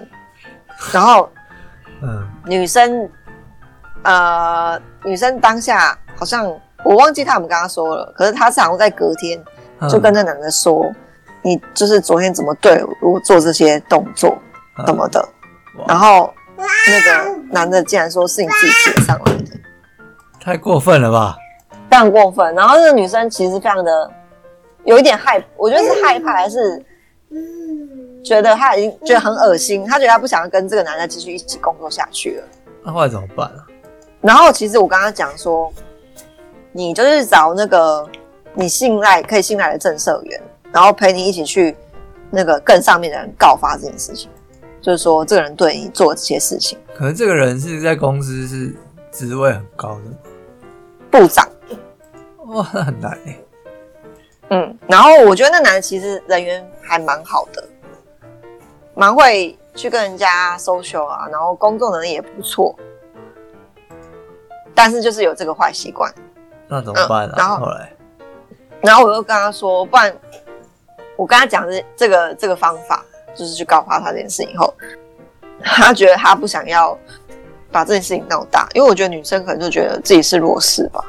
Speaker 1: 然后。
Speaker 2: 嗯，
Speaker 1: 女生，呃，女生当下好像我忘记他们跟她说了，可是她是好像在隔天
Speaker 2: 嗯
Speaker 1: 就跟那男的说，你就是昨天怎么对我做这些动作
Speaker 2: 嗯啊
Speaker 1: 怎么的，
Speaker 2: 哇
Speaker 1: 然后那个男的竟然说是你自己接上来的，
Speaker 2: 太过分了吧？
Speaker 1: 非常过分。然后那个女生其实非常的有一点害，我觉得是害怕还是觉得她已经觉得很恶心，她觉得她不想要跟这个男的继续一起工作下去了。
Speaker 2: 那后来怎么办啊？
Speaker 1: 然后其实我跟他讲说，你就是找那个你信赖可以信赖的正社员，然后陪你一起去那个更上面的人告发这件事情，就是说这个人对你做这些事情，
Speaker 2: 可能这个人是在公司是职位很高的，
Speaker 1: 部长。
Speaker 2: 哇，那很难欸
Speaker 1: 嗯，然后我觉得那男的其实人缘还蛮好的，蛮会去跟人家 social 啊，然后工作能力也不错，但是就是有这个坏习惯。
Speaker 2: 那怎么办
Speaker 1: 嗯然
Speaker 2: 啊？
Speaker 1: 后
Speaker 2: 后来
Speaker 1: 然后我又跟他说，不然我跟他讲这这个这个方法，就是去告发他这件事情后，他觉得他不想要把这件事情闹大，因为我觉得女生可能就觉得自己是弱势吧，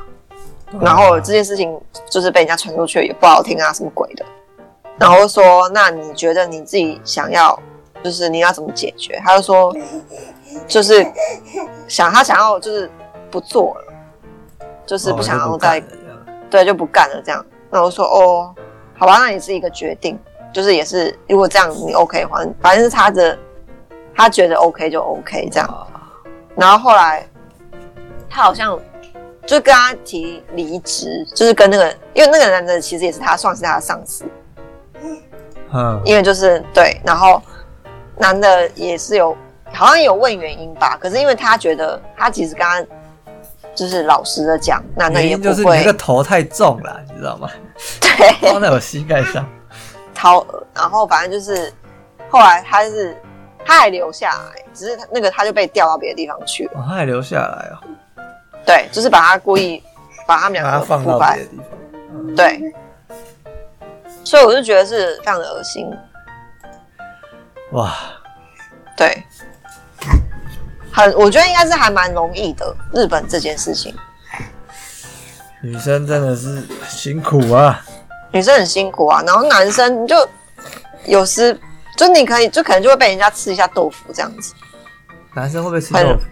Speaker 2: 嗯
Speaker 1: 然后这件事情就是被人家传出去也不好听啊，什么鬼的。然后我就说，那你觉得你自己想要，就是你要怎么解决？他就说，就是想他想要就是不做了，就是不想要再
Speaker 2: 哦就不干了这样
Speaker 1: 对，就不干了这样。那我说哦，好吧，那也是一个决定，就是也是如果这样你 OK 的话，反正是他的，他觉得 OK 就 OK 这样。
Speaker 2: 啊
Speaker 1: 然后后来他好像就跟他提离职，就是跟那个，因为那个男的其实也是他算是他的上司，
Speaker 2: 嗯，
Speaker 1: 因为就是对，然后男的也是有好像有问原因吧，可是因为他觉得他其实跟他就是老实的讲，男的
Speaker 2: 原
Speaker 1: 也
Speaker 2: 因
Speaker 1: 不
Speaker 2: 就是你
Speaker 1: 会
Speaker 2: 那个头太重了，你知道吗？
Speaker 1: 对。
Speaker 2: 放在我膝盖上，
Speaker 1: 掏耳，然后反正就是后来他是他还留下来，只是他那个他就被调到别的地方去了。
Speaker 2: 我还留下来哦，
Speaker 1: 对，就是把他故意把他们两
Speaker 2: 把它
Speaker 1: 个
Speaker 2: 放
Speaker 1: 腐
Speaker 2: 到
Speaker 1: 败
Speaker 2: 别，的地方。
Speaker 1: 对。所以我就觉得是非常的恶心，
Speaker 2: 哇，
Speaker 1: 对，很我觉得应该是还蛮容易的日本这件事情，
Speaker 2: 女生真的是辛苦啊！
Speaker 1: 女生很辛苦啊，然后男生就有时就你可以就可能就会被人家吃一下豆腐这样子，
Speaker 2: 男生会不会吃豆腐？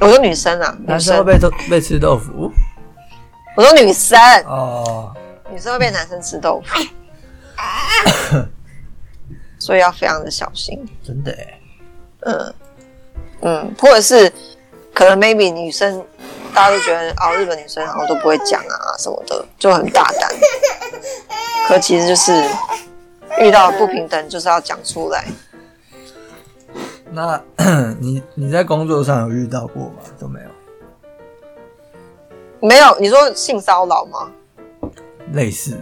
Speaker 1: 我说女生啊，女
Speaker 2: 男生
Speaker 1: 生，
Speaker 2: 会被豆被吃豆腐？
Speaker 1: 我说女生，
Speaker 2: 哦，
Speaker 1: 女生会被男生吃豆腐， *coughs* 所以要非常的小心。
Speaker 2: 真的哎，
Speaker 1: 嗯嗯，或者是可能 maybe 女生大家都觉得哦，日本女生好像都不会讲啊什么的，就很大胆。可其实就是遇到不平等，就是要讲出来。
Speaker 2: 那 *coughs* 你你在工作上有遇到过吗？都没有，
Speaker 1: 没有，你说性骚扰吗？
Speaker 2: 类似的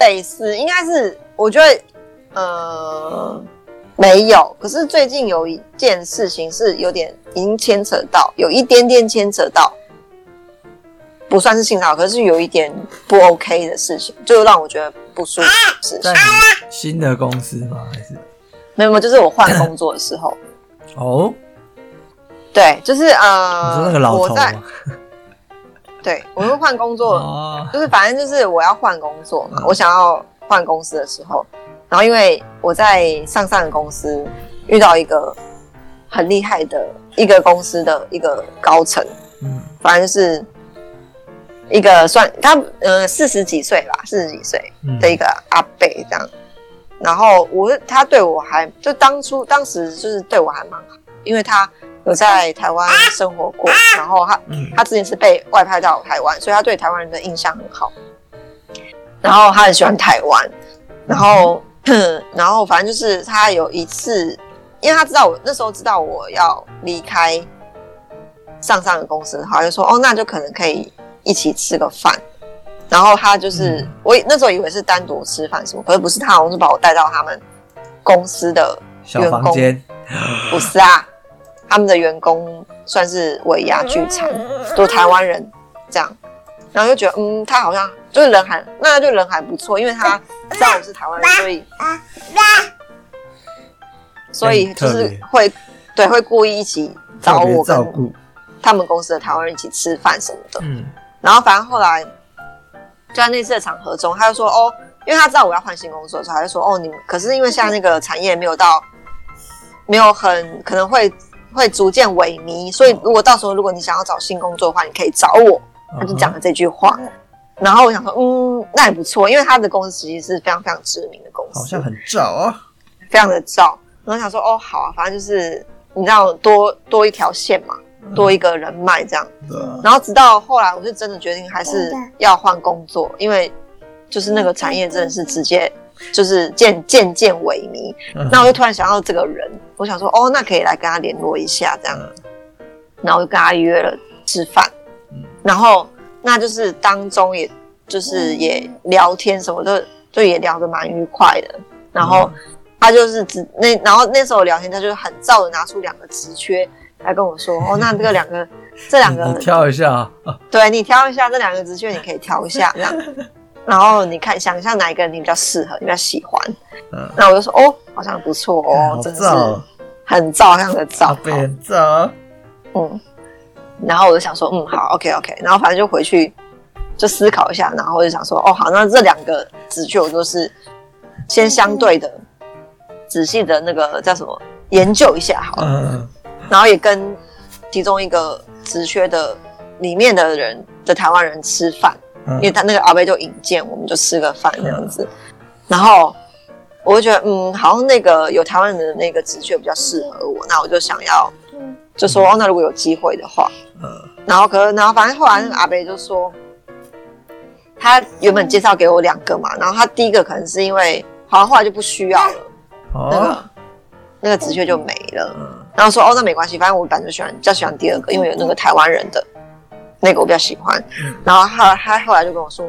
Speaker 1: 类似应该是，我觉得呃没有。可是最近有一件事情是有点已经牵扯到，有一点点牵扯到，不算是性骚扰，可是有一点不 OK 的事情，就让我觉得不舒服的事情
Speaker 2: 在。你新的公司吗？还是
Speaker 1: 没有，没有，就是我换工作的时
Speaker 2: *coughs*
Speaker 1: 候，
Speaker 2: 哦？
Speaker 1: 对，就是
Speaker 2: 你说
Speaker 1: 呃，
Speaker 2: 那个老
Speaker 1: 我
Speaker 2: 头
Speaker 1: 在
Speaker 2: 吗？
Speaker 1: 对，呃我又换工作，
Speaker 2: 哦，
Speaker 1: 就是反正就是我要换工作嘛，我想要换公司的时候，然后因为我在上上的公司遇到一个很厉害的一个公司的一个高层，
Speaker 2: 嗯，
Speaker 1: 反正就是一个算他呃四十几岁吧，四十几岁
Speaker 2: 嗯
Speaker 1: 的一个阿伯这样。然后我他对我还就当初当时就是对我还蛮好，因为他有在台湾生活过，然后他
Speaker 2: 嗯
Speaker 1: 他之前是被外派到台湾，所以他对台湾人的印象很好。然后他很喜欢台湾，然后 *clears throat* 然后反正就是他有一次，因为他知道我那时候知道我要离开上上的公司，他就说哦，那就可能可以一起吃个饭。然后他就是、
Speaker 2: 嗯
Speaker 1: 我那时候以为是单独吃饭什么，可是不是，他好像是把我带到他们公司的
Speaker 2: 小房间，
Speaker 1: 不是啊，他们的员工算是尾牙剧场，都台湾人这样，然后就觉得嗯，他好像就是人还那他就人还不错，因为他知道我是台湾人，所以所以就是会对会故意一起找
Speaker 2: 特别
Speaker 1: 我
Speaker 2: 照
Speaker 1: 跟
Speaker 2: 顾，
Speaker 1: 他们公司的台湾人一起吃饭什么的，
Speaker 2: 嗯，
Speaker 1: 然后反正后来就在那次的场合中，他就说哦，因为他知道我要换新工作的时候，他就说哦，你们可是因为现在那个产业没有到没有很可能会会逐渐萎靡，所以如果到时候如果你想要找新工作的话，你可以找我。
Speaker 2: 嗯
Speaker 1: 他就讲了这句话，然后我想说，嗯，那也不错，因为他的公司其实是非常非常知名的公司，
Speaker 2: 好像很照啊。
Speaker 1: 非常的燥。然后想说，哦，好啊，反正就是你知道多多一条线嘛，
Speaker 2: 嗯
Speaker 1: 多一个人脉这样。
Speaker 2: 对啊，
Speaker 1: 然后直到后来，我是真的决定还是要换工作，因为就是那个产业真的是直接就是渐渐渐萎靡。
Speaker 2: 嗯
Speaker 1: 那我就突然想到这个人，我想说，哦，那可以来跟他联络一下这样。然后我就跟他约了吃饭
Speaker 2: 嗯，
Speaker 1: 然后那就是当中也就是也聊天什么的，就也聊得蛮愉快的。然后他就是只那，然后那时候聊天，他就很燥的拿出两个职缺来跟我说，哦，那这个两个这两
Speaker 2: 你
Speaker 1: 个
Speaker 2: 你挑一下啊，啊
Speaker 1: 对你挑一下这两个职缺，你可以挑一
Speaker 2: *laughs*
Speaker 1: 下这样。然后你看，想象哪一个你比较适合，你比较喜欢。
Speaker 2: 嗯，
Speaker 1: 那我就说，哦，好像不错哦，
Speaker 2: 好
Speaker 1: 真的
Speaker 2: 照
Speaker 1: 是
Speaker 2: 哦
Speaker 1: 很照，非常的
Speaker 2: 阿
Speaker 1: 照。
Speaker 2: 贝很照啊，
Speaker 1: 嗯，然后我就想说，嗯，好，OK OK，然后反正就回去就思考一下，然后我就想说，哦，好，那这两个纸具我都是先相对的、仔细的那个叫什么研究一下好了，
Speaker 2: 嗯，
Speaker 1: 然后也跟其中一个职缺的里面的人的台湾人吃饭，
Speaker 2: 嗯
Speaker 1: 因为他那个阿贝就引荐，我们就吃个饭这样子，然后。我就觉得，嗯，好像那个有台湾人的那个职缺比较适合我，那我就想要，就说，哦，那如果有机会的话，
Speaker 2: 嗯
Speaker 1: 然后可是，然后反正后来那个阿北就说，他原本介绍给我两个嘛，然后他第一个可能是因为好像后来就不需要了，那
Speaker 2: 哦，
Speaker 1: 个那个职缺就没了。
Speaker 2: 嗯
Speaker 1: 然后说哦，那没关系，反正我本来就喜欢比较喜欢第二个，因为有那个台湾人的那个我比较喜欢
Speaker 2: 嗯。
Speaker 1: 然后他他后来就跟我说，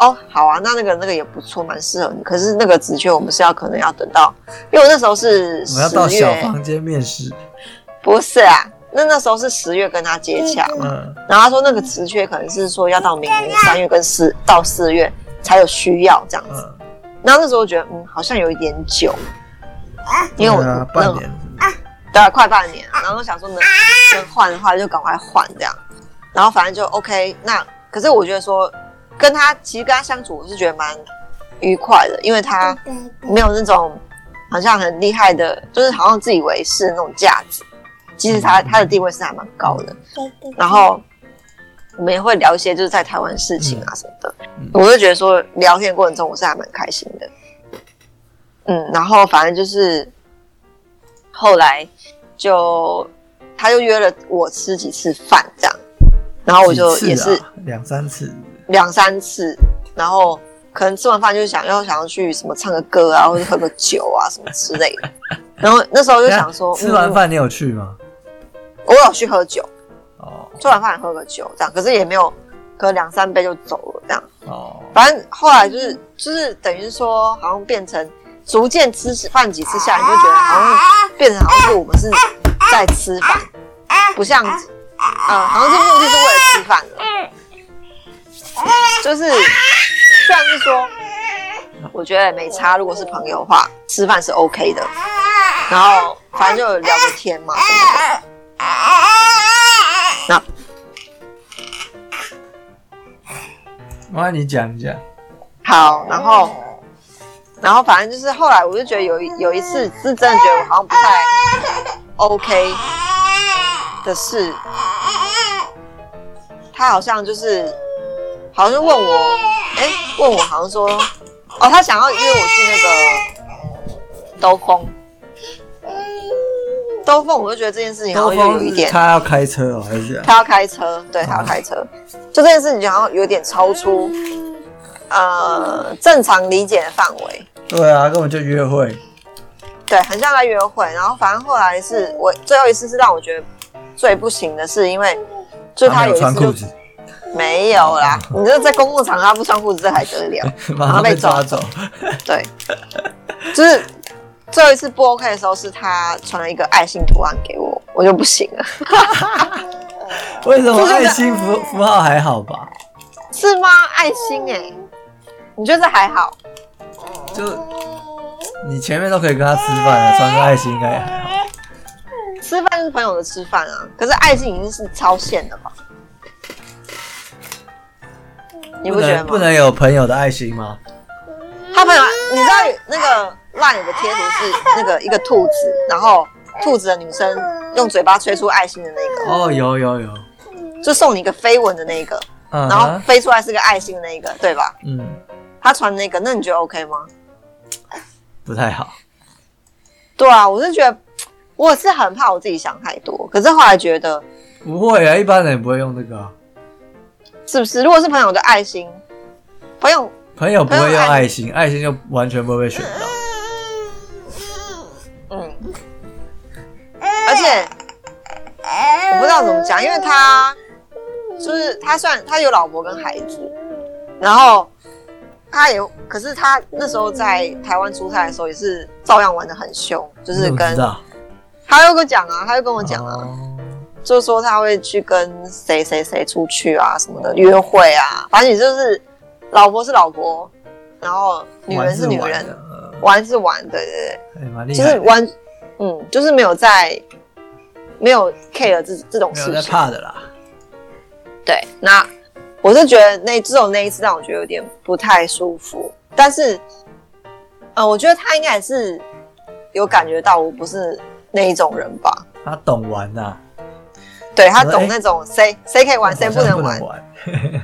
Speaker 1: 哦，好啊，那那个那个也不错，蛮适合你。可是那个职缺我们是要可能要等到，因为我那时候是
Speaker 2: 我
Speaker 1: 十
Speaker 2: 们要到小
Speaker 1: 月，
Speaker 2: 房间面试，
Speaker 1: 不是啊，那那时候是十月跟他接洽嘛。
Speaker 2: 嗯
Speaker 1: 然后他说那个职缺可能是说要到明年三月跟四到四月才有需要这样子。
Speaker 2: 嗯，
Speaker 1: 然后那时候我觉得，嗯，好像有一点久，因为我
Speaker 2: 对啊
Speaker 1: 那
Speaker 2: 半
Speaker 1: 种
Speaker 2: 年，
Speaker 1: 对啊，快半年了，然后想说能能换的话就赶快换这样。然后反正就 OK 那。可是我觉得说跟他其实跟他相处，我是觉得蛮愉快的，因为他没有那种好像很厉害的，就是好像自以为是的那种架子。其实他他的地位是还蛮高的。然后我们也会聊一些就是在台湾事情啊什么的。
Speaker 2: 嗯
Speaker 1: 我就觉得说聊天过程中我是还蛮开心的。嗯，然后反正就是后来就他就约了我吃几次饭这样，然后我就
Speaker 2: 几
Speaker 1: 也
Speaker 2: 次
Speaker 1: 是
Speaker 2: 啊两三次，
Speaker 1: 两三次，然后可能吃完饭就想要想要去什么唱个歌啊，或者喝个酒啊什么之类的。然后那时候就想
Speaker 2: *laughs*
Speaker 1: 说，
Speaker 2: 吃完
Speaker 1: 嗯
Speaker 2: 饭你有去吗？
Speaker 1: 我有去喝酒，
Speaker 2: 哦
Speaker 1: 吃完饭喝个酒这样，可是也没有，可能两三杯就走了这样。
Speaker 2: 哦，
Speaker 1: 反正后来就是就是等于是说，好像变成逐渐吃饭几次下来，你就觉得好像变成好像是我们是在吃饭，不像啊、好像这个目的是为了吃饭的，就是虽然是说，我觉得也没差，如果是朋友的话，吃饭是 OK 的，然后反正就有聊个天嘛什么的。
Speaker 2: 妈你讲一讲，
Speaker 1: 好，然后，然后反正就是后来我就觉得有一有一次是真的觉得我好像不太 OK 的事，他好像就是好像问我，哎，问我好像说，哦，他想要约我去那个兜风，兜风，我就觉得这件事情好
Speaker 2: 兜
Speaker 1: 像又有
Speaker 2: 风
Speaker 1: 一
Speaker 2: 是
Speaker 1: 点。
Speaker 2: 他要开车哦，还是
Speaker 1: 他要开车，对他要开车，就这件事情好像有点超出呃正常理解的范围，
Speaker 2: 对啊，根本就约会，
Speaker 1: 对，很像在约会。然后反正后来
Speaker 2: 嗯
Speaker 1: 是我最后一次是让我觉得最不行的是，因为就
Speaker 2: 他
Speaker 1: 他
Speaker 2: 没
Speaker 1: 有
Speaker 2: 有
Speaker 1: 一
Speaker 2: 穿
Speaker 1: 次就
Speaker 2: 裤子，
Speaker 1: 没有
Speaker 2: *laughs*
Speaker 1: 啦，你这在公共场合他不穿裤子这还得了？
Speaker 2: 马上被抓走，
Speaker 1: 对，就是最后一次不 OK 的时候是他传了一个爱心图案给我，我就不行了，
Speaker 2: 为什么爱心符符号还好吧？
Speaker 1: 是吗？爱心哎、你觉得这还好？
Speaker 2: 就你前面都可以跟他吃饭
Speaker 1: *laughs*
Speaker 2: 了，穿个爱心应该也还好。
Speaker 1: 吃饭就是朋友的吃饭啊，可是爱情已经是超限了吧？你不觉得
Speaker 2: 能
Speaker 1: 吗？
Speaker 2: 不能有朋友的爱心吗？
Speaker 1: 他朋友，你知道有那个 LINE 有个贴图是那个一个兔子，然后兔子的女生用嘴巴吹出爱心的那个，
Speaker 2: 哦，有有有，
Speaker 1: 就送你一个飞吻的那个，
Speaker 2: 嗯哼，
Speaker 1: 然后飞出来是个爱心的那个，对吧？
Speaker 2: 嗯，
Speaker 1: 他传那个，那你觉得 OK 吗？
Speaker 2: 不太好，
Speaker 1: 对啊，我是觉得我是很怕我自己想太多，可是后来觉得
Speaker 2: 不会啊，一般人也不会用这个啊、
Speaker 1: 是不是？如果是朋友的爱心，朋友
Speaker 2: 朋友不会
Speaker 1: 朋
Speaker 2: 用
Speaker 1: 友爱
Speaker 2: 爱心，爱心就完全不会被选到。
Speaker 1: 嗯，而且我不知道怎么讲，因为他就是他虽然他有老婆跟孩子，然后他也可是他那时候在台湾出差的时候也是照样玩的很凶，就是
Speaker 2: 你怎么知
Speaker 1: 跟
Speaker 2: 道
Speaker 1: 他又跟我讲啊，他又跟我讲啊，
Speaker 2: 哦
Speaker 1: 就说他会去跟谁谁谁出去啊什么的约会啊，反正也就是老婆是老婆，然后女人是女
Speaker 2: 玩
Speaker 1: 人
Speaker 2: 的，呃
Speaker 1: 玩是玩，对对对。
Speaker 2: 还蛮厉
Speaker 1: 就
Speaker 2: 害
Speaker 1: 是
Speaker 2: 的，
Speaker 1: 完，嗯，就是没有在没有 care 这这种
Speaker 2: 没有
Speaker 1: 事
Speaker 2: 在
Speaker 1: 情。
Speaker 2: 怕的啦。
Speaker 1: 对，那我是觉得那只有那一次让我觉得有点不太舒服，但是，呃，我觉得他应该也是有感觉到我不是那一种人吧。
Speaker 2: 他懂玩呐，
Speaker 1: 对他
Speaker 2: 哎
Speaker 1: 懂那种谁谁可以玩，谁
Speaker 2: 好
Speaker 1: 不
Speaker 2: 像
Speaker 1: 能
Speaker 2: 不
Speaker 1: 玩
Speaker 2: 能。玩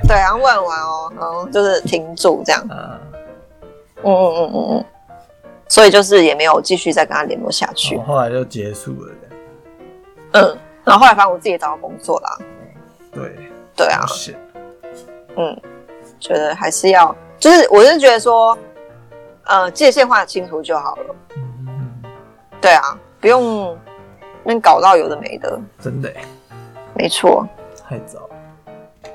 Speaker 1: 对，然后问完哦，然后就是停住这样。
Speaker 2: 啊？
Speaker 1: 嗯嗯嗯嗯嗯。所以就是也没有继续再跟他联络下去。
Speaker 2: 哦我后来就结束了。这样
Speaker 1: 嗯，然后后来反正我自己也找到工作啦。
Speaker 2: 嗯对，
Speaker 1: 对啊
Speaker 2: 好。险
Speaker 1: 觉得还是要，就是我是觉得说，呃，界限划清楚就好了。
Speaker 2: 嗯
Speaker 1: 对啊，不用那搞到有的没的。
Speaker 2: 真的耶
Speaker 1: 没错，
Speaker 2: 太早了。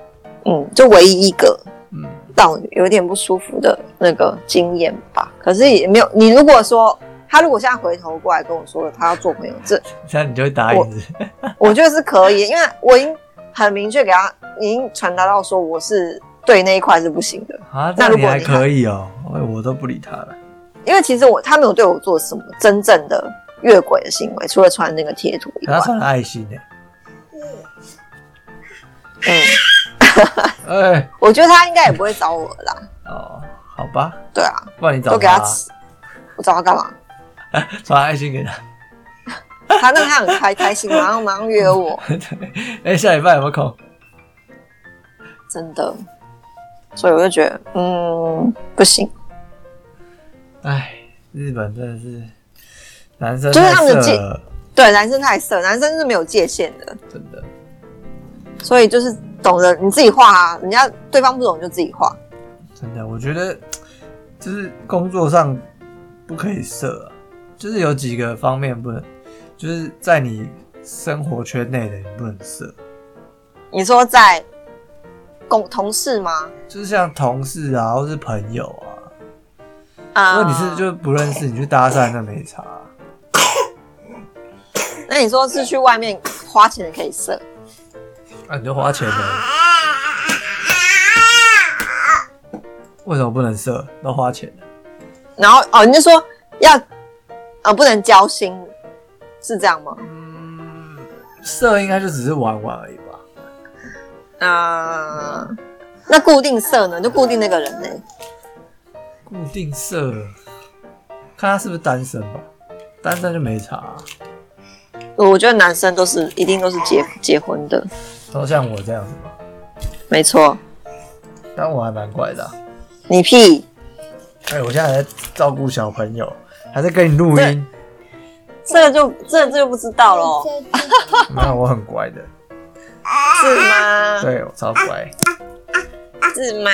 Speaker 1: 嗯，就唯一一个
Speaker 2: 嗯，
Speaker 1: 让我有点不舒服的那个经验吧。可是也没有，你如果说他如果现在回头过来跟我说他要做朋友，
Speaker 2: *laughs*
Speaker 1: 这
Speaker 2: 这样你就会答
Speaker 1: 我
Speaker 2: 应是不是
Speaker 1: 我觉得是可以，因为我已经很明确给他已经传达到说我是对那一块是不行的。
Speaker 2: *laughs* 啊？
Speaker 1: 那
Speaker 2: 那
Speaker 1: 如
Speaker 2: 你
Speaker 1: 果
Speaker 2: 还
Speaker 1: 你
Speaker 2: 可以哦，哎我都不理他了。
Speaker 1: 因为其实我他没有对我做什么真正的越轨的行为，除了传那个贴图以
Speaker 2: 可他
Speaker 1: 外，
Speaker 2: 穿了爱心呢。
Speaker 1: 嗯，
Speaker 2: 哎，
Speaker 1: 我觉得他应该也不会找我了啦，
Speaker 2: 哦，好吧，
Speaker 1: 对啊，
Speaker 2: 不然你找
Speaker 1: 都给他
Speaker 2: 啊
Speaker 1: 吃，我找他干嘛？
Speaker 2: 传爱心给他。 *laughs*
Speaker 1: 他那他很开开心，马上马上约我，
Speaker 2: 对，哎，下礼拜有没有空？
Speaker 1: 真的，所以我就觉得，嗯，不行，
Speaker 2: 哎，日本真的是男生
Speaker 1: 就是
Speaker 2: 太
Speaker 1: 他们的
Speaker 2: 色
Speaker 1: 界
Speaker 2: 了，
Speaker 1: 对，男生太色，男生是没有界限的，
Speaker 2: 真的。
Speaker 1: 所以就是懂得你自己画啊，人家对方不懂你就自己画，
Speaker 2: 真的，我觉得就是工作上不可以色、啊，就是有几个方面不能，就是在你生活圈内的你不能色，
Speaker 1: 你说在共同事吗？
Speaker 2: 就是像同事啊，或是朋友啊，
Speaker 1: 啊
Speaker 2: 如果你是就不认识，你去搭讪那没差、啊
Speaker 1: 那你说是去外面花钱的可以色，
Speaker 2: 啊那、你就花钱了，为什么不能色？都花钱了，
Speaker 1: 然后哦，你就说要呃不能交心，是这样吗？
Speaker 2: 色应该就只是玩玩而已吧。
Speaker 1: 啊、那固定色呢？就固定那个人呢、
Speaker 2: 固定色，看他是不是单身吧，单身就没差、啊，
Speaker 1: 我觉得男生都是一定都是结结婚的，
Speaker 2: 都像我这样子嘛，
Speaker 1: 没错。
Speaker 2: 但我还蛮乖的啊、
Speaker 1: 你屁，
Speaker 2: 哎、我现在还在照顾小朋友，还在跟你录音。
Speaker 1: 这个就这个就不知道咯，
Speaker 2: 没有，我很
Speaker 1: *laughs*
Speaker 2: 乖的，
Speaker 1: 是吗？
Speaker 2: 对我超乖。
Speaker 1: 是吗？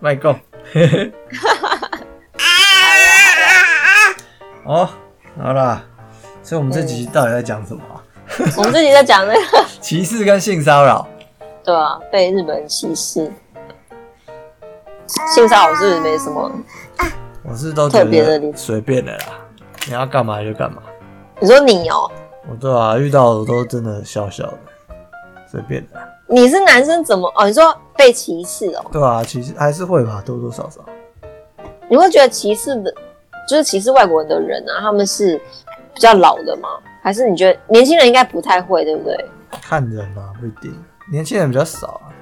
Speaker 2: 麦够。哦，好啦，所以我们这集到底在讲什么啊？
Speaker 1: 我们自己在讲那个，
Speaker 2: 歧视跟性骚扰，
Speaker 1: 对啊，被日本人歧视，性骚扰是不是没什么？
Speaker 2: 我是都觉
Speaker 1: 特别的理
Speaker 2: 得随便的啦，你要干嘛就干嘛。
Speaker 1: 你说你哦、
Speaker 2: 我对啊，遇到的都真的笑笑的，随便的啦。
Speaker 1: 你是男生怎么哦？你说被歧视哦？
Speaker 2: 对啊，其实还是会吧，多多少少。
Speaker 1: 你会觉得歧视的，就是歧视外国人的人啊，他们是比较老的吗？还是你觉得年轻人应该不太会，对不对？
Speaker 2: 看人嘛，不一定，年轻人比较少啊。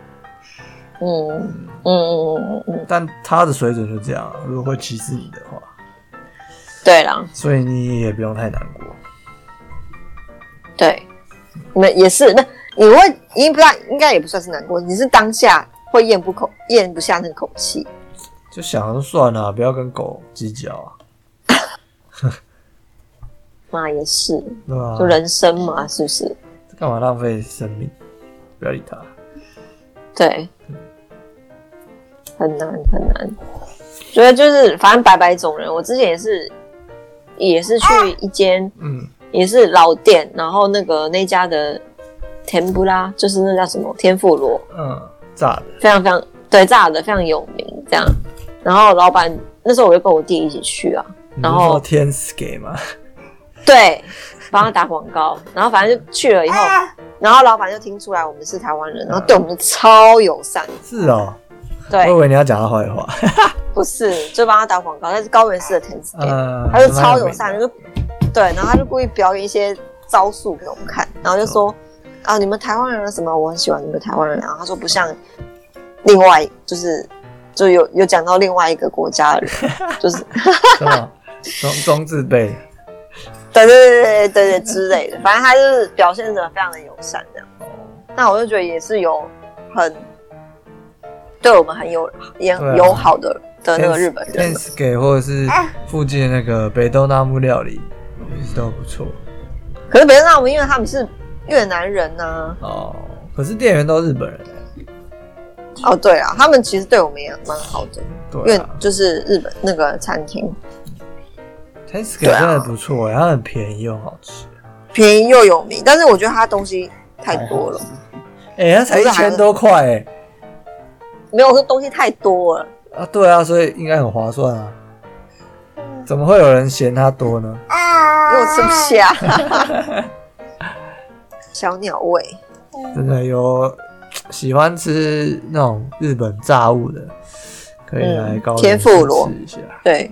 Speaker 1: 嗯嗯嗯嗯嗯嗯，
Speaker 2: 但他的水准就这样啊，如果会歧视你的话，
Speaker 1: 对啦，
Speaker 2: 所以你也不用太难过。
Speaker 1: 对，你们也是。那你会，应不然应该也不算是难过，你是当下会咽不口咽不下那口气。
Speaker 2: 就想着算了、不要跟狗计较啊，
Speaker 1: 嘛也是，
Speaker 2: 对吧、
Speaker 1: 就人生嘛，是不是？
Speaker 2: 干嘛浪费生命？不要理他。
Speaker 1: 对，很难很难。觉得就是反正百百种人，我之前也是，也是去一间
Speaker 2: 嗯，
Speaker 1: 也是老店，然后那个那家的甜不拉就是那叫什么天妇罗，
Speaker 2: 嗯，炸的，
Speaker 1: 非常非常对炸的非常有名这样。然后老板那时候我就跟我弟一起去啊，然后
Speaker 2: 你是说天使给嘛，
Speaker 1: 对，帮他打广告，然后反正就去了以后，然后老板就听出来我们是台湾人，然后对我们超友善，
Speaker 2: *laughs* 是哦，我以
Speaker 1: 对，
Speaker 2: 为你要讲他坏话，
Speaker 1: 不是就帮他打广告，但是高原式的甜食店，
Speaker 2: 嗯，
Speaker 1: 他就超友善，就对，然后他就故意表演一些招数给我们看，然后就说啊，你们台湾人啊什么，我很喜欢你们台湾人啊。然后他说不像另外就是就有有讲到另外一个国家的人，就是
Speaker 2: 什么中 *laughs* 中字辈，
Speaker 1: 对对对对对对之类的，反正他就是表现的非常的友善这样。那我就觉得也是有很对我们很友也
Speaker 2: 对啊
Speaker 1: 友好的的那个日本哎人
Speaker 2: 天，使给或者是附近的那个北豆纳木料理都不错
Speaker 1: 可是别让我们因为他们是越南人呢、
Speaker 2: 哦。可是店员都日本人欸，
Speaker 1: 哦，对啊，他们其实对我们也蛮好的，因
Speaker 2: 对
Speaker 1: 为
Speaker 2: 啊，
Speaker 1: 就是日本那个餐厅
Speaker 2: 天使给真的不错欸，它很便宜又好吃，
Speaker 1: 便宜又有名，但是我觉得它东西太多了，
Speaker 2: 哎，它才一
Speaker 1: 不是还
Speaker 2: 千多块哎，
Speaker 1: 没有说东西太多了，
Speaker 2: 啊，对啊，所以应该很划算啊。怎么会有人嫌它多呢？
Speaker 1: *laughs* 因为我吃不下。
Speaker 2: 哎
Speaker 1: *laughs* 小鸟胃，
Speaker 2: 真的有喜欢吃那种日本炸物的，可以来高
Speaker 1: 嗯天
Speaker 2: 雄
Speaker 1: 妇罗
Speaker 2: 试一下。
Speaker 1: 对，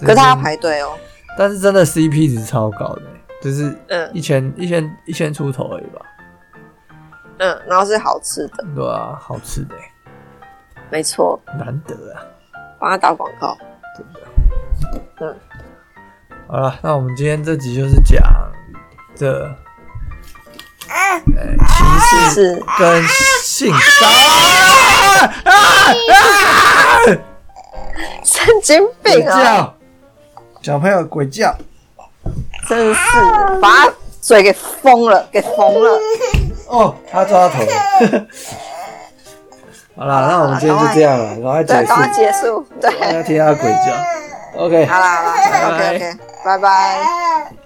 Speaker 2: 可
Speaker 1: 可是它要排队哦。
Speaker 2: 但是真的 CP 值超高的、就是
Speaker 1: 嗯
Speaker 2: 一千一千一千出头而已吧，
Speaker 1: 嗯，然后是好吃的，
Speaker 2: 对啊，好吃的、欸，
Speaker 1: 没错，
Speaker 2: 难得啊，
Speaker 1: 帮他打广告。
Speaker 2: 真的。
Speaker 1: 嗯，
Speaker 2: 好了，那我们今天这集就是讲这呃歧视
Speaker 1: 是
Speaker 2: 跟性骚
Speaker 1: *laughs*
Speaker 2: 扰。啊啊啊
Speaker 1: 神经
Speaker 2: 鬼
Speaker 1: 病啊！
Speaker 2: 叫，小朋友鬼叫，
Speaker 1: 真是把他嘴给封了，给缝了。
Speaker 2: 哦，他抓头 *laughs* 了。好啦，那我们今天就这样了，赶快
Speaker 1: 对
Speaker 2: 结，束
Speaker 1: 刚，刚结束，对，
Speaker 2: 大家听他鬼叫。OK，
Speaker 1: 好啦好啦
Speaker 2: 拜拜
Speaker 1: ，OK OK，拜拜。
Speaker 3: Ah!